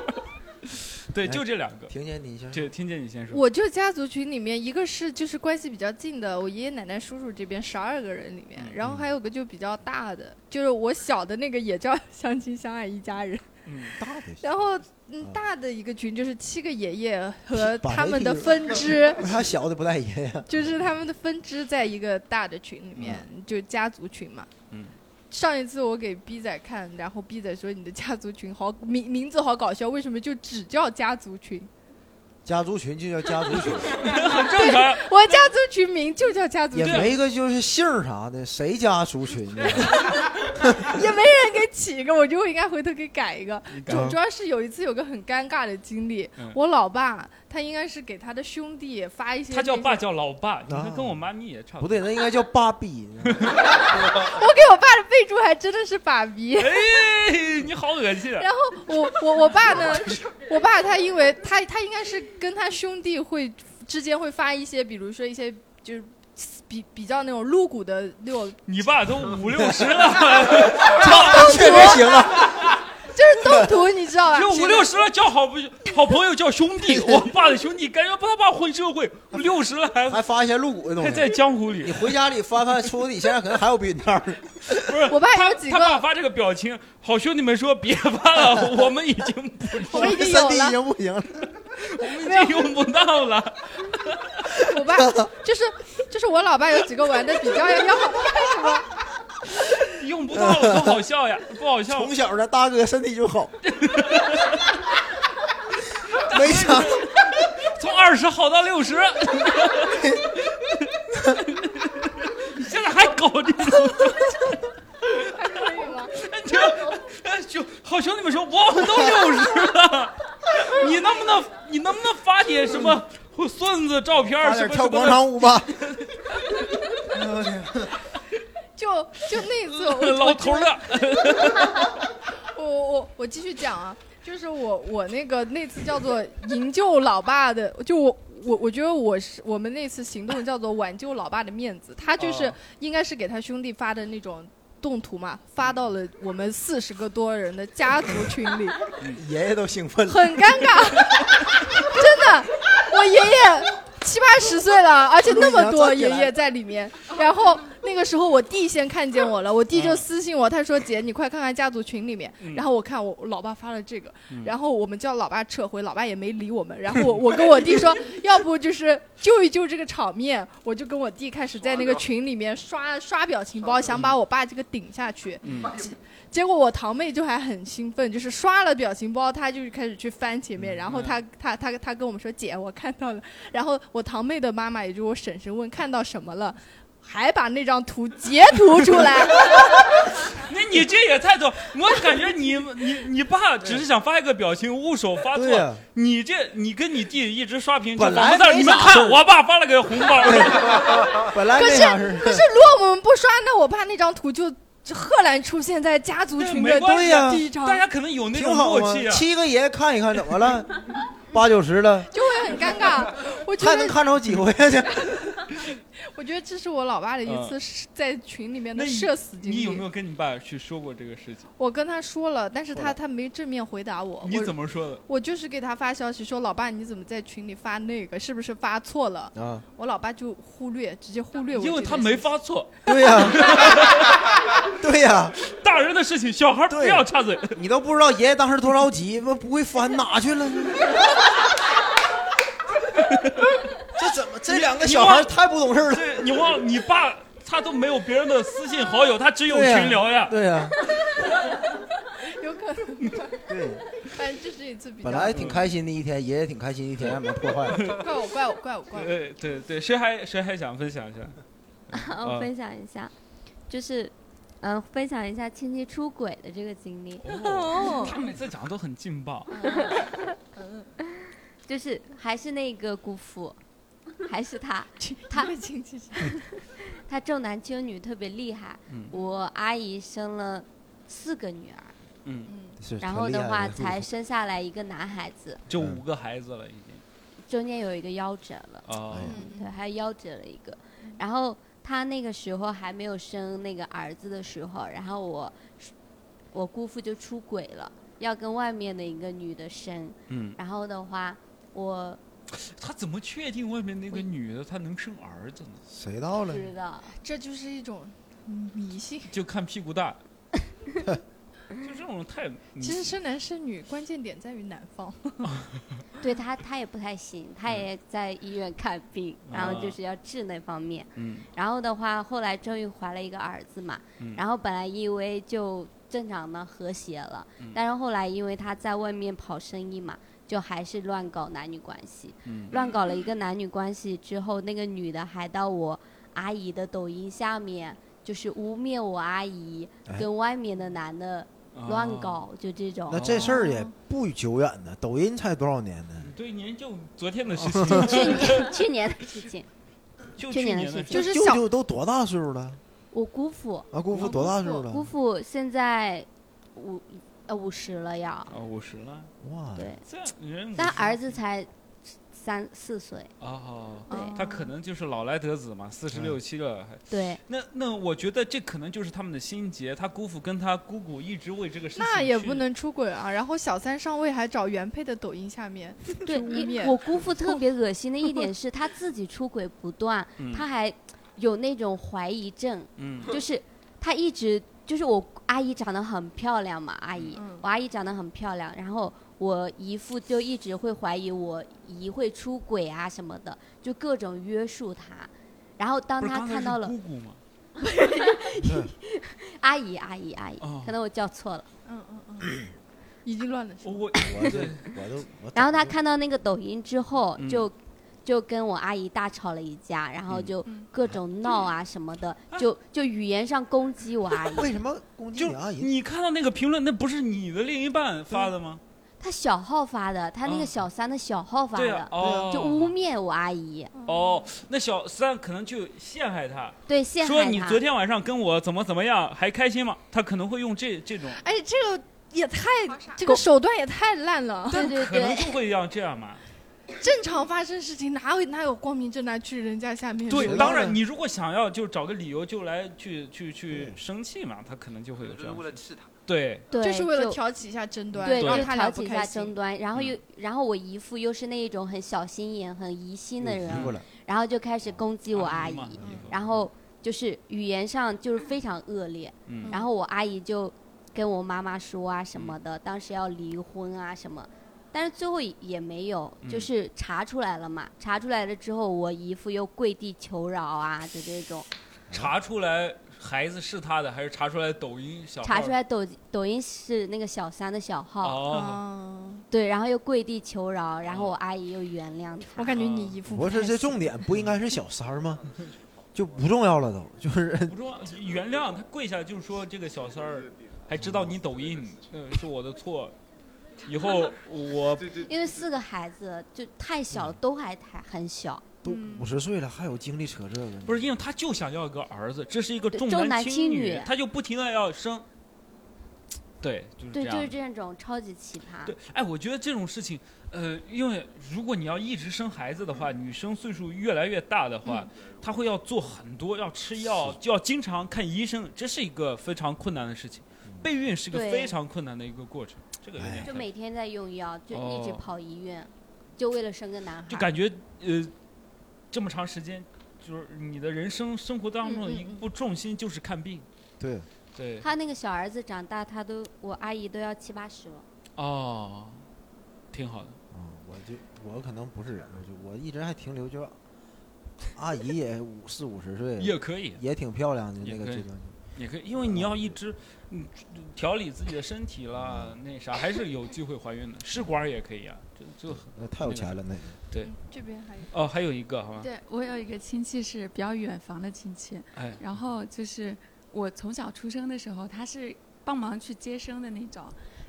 对，就这两个。哎听见你先说，这听见你先说，我就家族群里面，一个是就是关系比较近的，我爷爷奶奶、叔叔这边十二个人里面，嗯然后还有个就比较大的，就是我小的那个也叫相亲相爱一家人。嗯， [laughs] 大姐然后，嗯啊，大的一个群就是七个爷爷和把他这们的个分 [laughs] 支，为啥小的不带爷呀？ [laughs] 就是他们的分支在一个大的群里面，嗯就家族群嘛。嗯。上一次我给 B 仔看，然后 B 仔说你的家族群好名名字好搞笑，为什么就只叫家族群？家族群就叫家族 [laughs] 群，很正常。我家族群名就叫家族也群，没个就是姓儿啥的，谁家族群 [laughs] 呢？也没人给起一个，我觉得我应该回头给改一个。你主敢主要是有一次有个很尴尬的经历，嗯我老爸他应该是给他的兄弟发一些，他叫爸，叫老爸，你看跟我妈咪也差啊不不多。对，那 [laughs] 应该叫爸比，我给我爸的备注还真的是爸比。哎，你好恶心啊！然后我我我爸呢，我爸他因为他他应该是跟他兄弟会之间会发一些，比如说一些就是。比比较那种露骨的那种，你爸都五六十了，这确实行啊。就是动图，你知道吧？就五六十了，交好朋友好朋友叫 [laughs] 兄弟，我爸的兄弟，感觉他爸混社会，六十了还还发一些露骨的东西，还在江湖里。你回家里翻翻抽屉里，现在可能还有比你那儿。 [laughs] 不是我爸他有几他个爸发这个表情，好兄弟们说别发 [laughs] 了，我们已经我已经三有 D 已了，经不行了，没有用不到了。我爸就是就是我老爸有几个玩的比较要好，用不到了，不好 [laughs] 笑呀，不好笑。从小的大哥身体就 [laughs] 好，没啥。 [laughs] 从二十好到六十，你现在还搞这种？就就好兄弟们说，我们都六十了，你能不能你能不能发点什么孙子照片差什嗯点跳么什么广的？场舞 [laughs] 吧。嗯就就那一次 [laughs] 我老头儿的， [laughs] 我我我继续讲啊，就是我我那个那次叫做营救老爸的，就我。我我觉得我是我们那次行动叫做挽救老爸的面子，他就是哦应该是给他兄弟发的那种动图嘛，发到了我们四十个多人的家族群里，爷爷都兴奋了，很尴尬， [laughs] 真的，我爷爷七八十岁了，而且那么多爷爷在里面。然后那个时候我弟先看见我了，我弟就私信我，他说：“姐，你快看看家族群里面。”然后我看我老爸发了这个，然后我们叫老爸撤回，老爸也没理我们。然后我我跟我弟说，要不就是救一救这个场面，我就跟我弟开始在那个群里面刷刷表情包，想把我爸这个顶下去。结果我堂妹就还很兴奋，就是刷了表情包，她就是开始去翻前嗯面，然后她她她她跟我们说：“姐，我看到了。”然后我堂妹的妈妈，也就是我婶婶，问看到什么了。还把那张图截图出 [laughs] 来，那你这也太多，我感觉你你你爸只是想发一个表情，误手发错对呀。你这你跟你弟一直刷屏，就本来我们在没你们啥事看，儿我爸发了个红包， [laughs] 本来可没是啥事儿。可是如果我们不刷，那我爸那张图就就赫然出现在家族群没的关系啊第一张，大家可能有那挺种好默嘛契，啊。七个爷爷看一看，怎么了？八九十 [laughs] 了， [laughs] 就会很尴尬。我觉看能得，看着几回啊 [laughs] 去？我觉得这是我老爸的一次是在群 [laughs] 里面的嗯那你社死经历。你有没有跟你爸去说过这个事情？我跟他说了，但是说了他他没正面回答我。你我怎么说的？我就是给他发消息说，老爸你怎么在群里发那个？是不是发错了？啊，我老爸就忽略，直接忽略我。因为他 [laughs] 没。发错，对呀、对呀、 [laughs] 大人的事情小孩不对要插嘴。你都不知道爷爷当时多着急，我不会翻哪去了呢？ [laughs] 这怎么？这两个小孩太不懂事儿了。对，你忘了你爸他都没有别人的私信好友，他只有对呀群聊呀。对呀、有可能，对， [laughs] 反正这是一次比较。本来挺开心的一天，爷爷挺开心的一天，让你们破 [laughs] 坏了。怪我，怪我，怪我，怪我。 [laughs] 对对对，谁还谁还想分享一下？呃 [laughs] 啊我分享一下，就是，嗯、分享一下亲戚出轨的这个经历。嗯哦，他每次讲的都很劲爆。就是还是那个姑 [laughs] 父，还是他，他的亲戚是 [laughs] 他重男轻女特别厉害。嗯我阿姨生了四个女儿，嗯，是然后的话才生下来一个男孩子，就嗯五个孩子了已经。中间有一个夭折了，嗯哦哎呀对，还夭折了一个。然后他那个时候还没有生那个儿子的时候，然后我我姑父就出轨了，要跟外面的一个女的生。嗯，然后的话，我他怎么确定外面那个女的她能生儿子呢？谁到不了？知道，这就是一种迷信。就看屁股大， [laughs] [laughs] 就这种太……其实生男生女，关键点在于男方。 [laughs] 对他他也不太行，他也在医院看病，然后就啊是要治那方面。嗯然后的话，后来终于怀了一个儿子嘛，嗯然后本来以为就正常的和谐了，嗯但是后来因为他在外面跑生意嘛，就还是乱搞男女关系，嗯乱搞了一个男女关系之后，那个女的还到我阿姨的抖音下面，就是污蔑我阿姨哎跟外面的男的啊乱。搞，就这种那。这事哦儿也不久远呢，抖音才多少年呢？对，您就昨天 [laughs] 的事情，去年去年的事情，就去去年的年事的情就是舅小舅都多大岁数了？我姑父啊，姑父多大岁数姑了？父现在五呃五十了要，啊，五十了，哇，对，这人但儿子子才三四 [laughs] 岁。哦，对他可能就是老来得子嘛，四十嗯六七了。还对，那那我觉得这可能就是他们的心结，他姑父跟他姑姑一直为这个事情那也去不能出轨啊！然后小三上位还找原配的抖音下面去对，污蔑因我姑父特别恶心的一点是，他自己出轨不断，嗯他还有那种怀疑症，嗯就是他一直就是我阿姨长得很漂亮嘛，阿姨，嗯我阿姨长得很漂亮，然后我姨父就一直会怀疑我姨会出轨啊什么的，就各种约束他。然后当不是他刚才看是到了姑姑吗？阿姨，阿姨，阿姨，哦可能我叫错了。嗯嗯 [laughs] 嗯，已经乱了。我我我都我都我然后他看到那个抖音之后嗯，就就跟我阿姨大吵了一架，然嗯后就嗯各嗯种闹啊什么的，就就语言上攻击我阿姨。为什么啊攻击你阿姨？你看到那个评论，那不是你的另一半发的吗？他小号发的，他那啊个小三的小号发对啊的哦，就污蔑我阿姨。哦，那小三可能就陷害他，对陷害说你他昨天晚上跟我怎么怎么样，还开心吗？他可能会用这这种，哎，这个也太这个手段也太烂 [laughs] 了。但可能就会要这样嘛。正常发生事情哪有哪有光明正大去人家下面？对，当然你如果想要就找个理由就来去去去生气嘛，他可能就会有这样。为了气他。对。对，就是为了就挑起一下争端对，让就他俩挑不起一开下心争端，然嗯后又，然后我姨父又是那一种很小心眼、很疑心的人又移过来，然后就开始攻啊击我阿姨嘛，嗯然后就是语言上就是非常恶劣嗯，然后我阿姨就跟我妈妈说啊什么的，当时要离婚啊什么。但是最后也没有，就嗯是查出来了嘛。查出来了之后，我姨父又跪地求饶啊，就这种。查出来孩子是他的，还是查出来抖音小号查出来抖抖音是那个小三的小号，哦对，然后又跪地求饶，然后我阿姨又原谅他。我感觉你姨父不是这重点，不应该是小三儿吗？就不重要了都，就是不重要，原谅他跪下就是说这个小三儿还知道你抖音，嗯，是我的错，以后我因为四个孩子就太小了，都还太很小。嗯都五十岁了还有精力扯这个呢？不是因为他就想要一个儿子，这是一个对重重男男轻女，女他就不停的要生，对，就是这对，样就是的。这种超级奇葩。对，哎，我觉得这种事情，呃，因为如果你要一直生孩子的话，女生岁数越来越大的嗯话，她会要做很多，要吃药，就要经常看医生，这是一个非常困难的事情。备孕是个对非常困难的一个过程，这个有点就太每天在用药，就一直哎哦跑医院，就为了生个男孩。就感觉呃，这么长时间，就是你的人生生活当中的一部重心就是看病，对对，他那嗯个小儿子长大，他都我阿姨都要七八十了。哦，挺好的。嗯我就我可能不是人，我就我一直还停留就阿姨也五四五十岁， [laughs] 也可以也挺漂亮的也那个可以阶段。也可以，因为你要一直嗯调理自己的身体了，那啥还是有机会怀孕的。试管儿也可以啊，就就很那太有钱了那个。对，这边还有哦，还有一个好吗？对我有一个亲戚是比较远房的亲戚，哎然后就是我从小出生的时候，他是帮忙去接生的那种，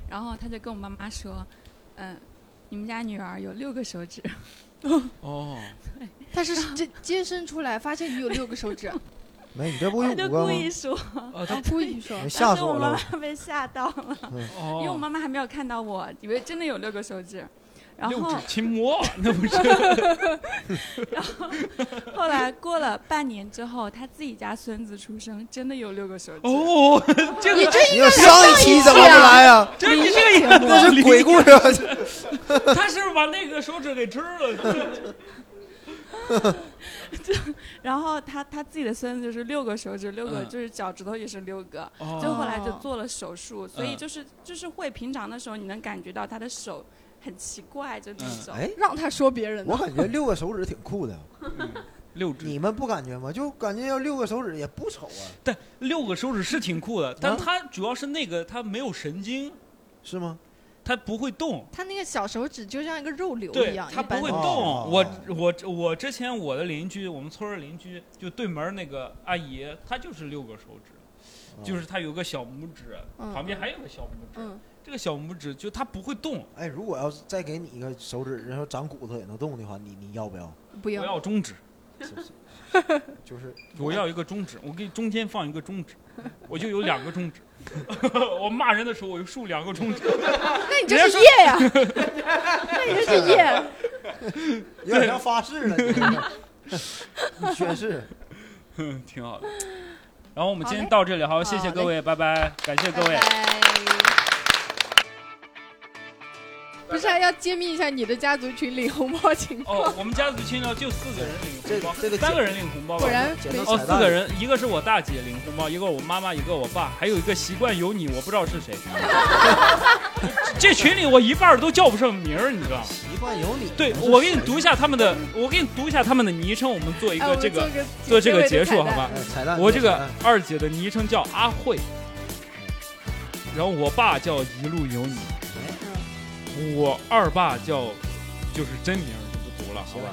然后他就跟我妈妈说，嗯、你们家女儿有六个手指， [laughs] 哦，他是接接生出来，发现你有六个手指，没，你这不有 [laughs] 他就五个故吗？意说，哦他故意说你吓死我当时我了妈妈被吓到了，因嗯为哦我妈妈还没有看到我，以为真的有六个手指，然六后指琴魔，那不是 [laughs] 然后后来过了半年之后，他自己家孙子出生，真的有六个手指。哦， [laughs] 这个你有上一期啊怎么不来啊呀、啊这你这个也那是鬼故 [laughs] 事。啊他是不是把那个手指给吃 [laughs] 了？然后他他自己的孙子就是六个手指，六个嗯就是脚趾头也是六个，哦就后来就做了手术，所以嗯就是就是会平常的时候你能感觉到他的手很奇怪，就嗯那种。哎，让他说别人我感觉六个手指挺酷的，六指你们不感觉吗？就感觉要六个手指也不丑啊，但六个手指是挺酷的，但它主要是那个它没有神经，是吗？它不会动， [laughs] 他那个小手指就像一个肉瘤一对样，，它啊一不般会的动。哦我我我之前我的邻居，我们村儿邻居就对门儿那个阿姨，她就是六个手指，哦就是她有个小拇指，嗯旁边还有个小拇指，嗯这个小拇指就它不会动，哎，如果要是再给你一个手指，然后长骨头也能动的话，你你要不要？不我要中 [laughs] 指，嗯就是我要一个中指，我给中间放一个中指，我就有两个中指。 [laughs] 我骂人的时候，我就竖两个中指。那人家说那你这是夜 [laughs] 有点像发誓了，你这个你 [laughs] 宣 [laughs] 誓。嗯，挺好的。然后我们今天好嘞到这里，好，谢谢各位，拜拜，感谢各位。 [laughs] 不是、啊、要揭秘一下你的家族群领红包情况？哦，我们家族群聊就四个人领红包，三个人领红包吧。果然没哦，四个人，一个是我大姐领红包，一个我妈妈，一个我爸，还有一个习惯有你，我不知道是谁。 [laughs] 这群里我一半儿都叫不上名儿，你知道吗？习惯有你。对，我给你读一下他们的，我给你读一下他们的昵称，我们做一哎个我们这个做个做这个结结尾的束，好彩蛋吧哎彩蛋？我这彩个蛋嗯二姐的昵称叫阿慧，然后我爸叫一路有你，哎嗯我二爸叫就是真名就不读了，好吧？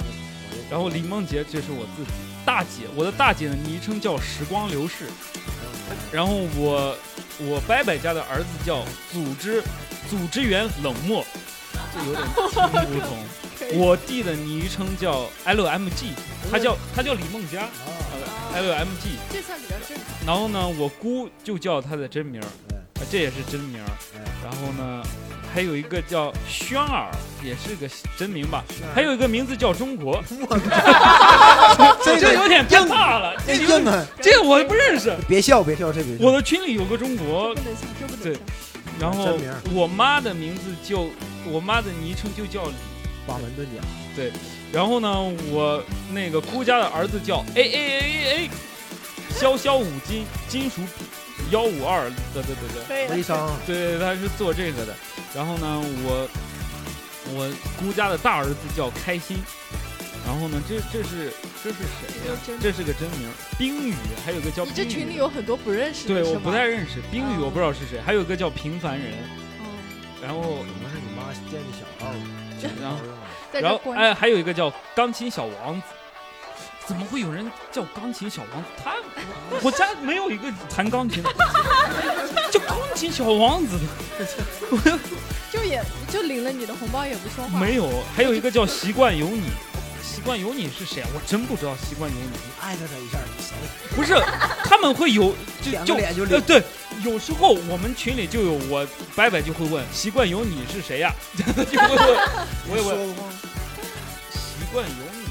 然后李梦洁，这是我自己大姐，我的大姐的昵称叫时光流逝，嗯然后我我伯伯家的儿子叫组织组织员冷漠，这有点听不懂。 [laughs] 我弟的昵称叫 LMG，他叫他叫李梦佳呃，LMG。这算比较正常。然后呢，我姑就叫他的真名儿，嗯啊这也是真名儿。然后呢，还有一个叫轩儿，也是个真名吧。嗯还有一个名字叫中国， [laughs] 这有点变大了，这有硬点汉这个我不认识。别笑，别笑，这别笑。我的群里有个中国，对，然后真名儿我妈的名字就我妈的昵称就叫李，把门遁甲。对，然后呢，我那个姑家的儿子叫 A A A A A，潇潇五金金属幺五二，得得可以得了得，微商 [laughs] 对，他是做这个的。然后呢，我我姑家的大儿子叫开心，然后呢，这这是这是谁这呀、是真名这是个真名，冰雨，还有个叫你冰这雨群里有很多不认识的，对，是嗯我吗不太认识冰雨，我不知道是谁，还有一个叫平凡人，嗯然后可能是你妈见你小啊号儿， [laughs] 然后在这然后过年哎，还有一个叫钢琴小王子，怎么会有人叫钢琴小王子？他我家没有一个弹钢琴的，叫钢琴小王子的 [laughs] 就也就领了你的红包也不说话。没有，还有一个叫习惯有你。习惯有你是谁啊？我真不知道习惯有你。艾特他一下就行了。不是，他们会有就两个就脸就呃领对，有时候我们群里就有我白白就会问习 [laughs] 惯有你是谁呀、就会问，我也问习惯有你哎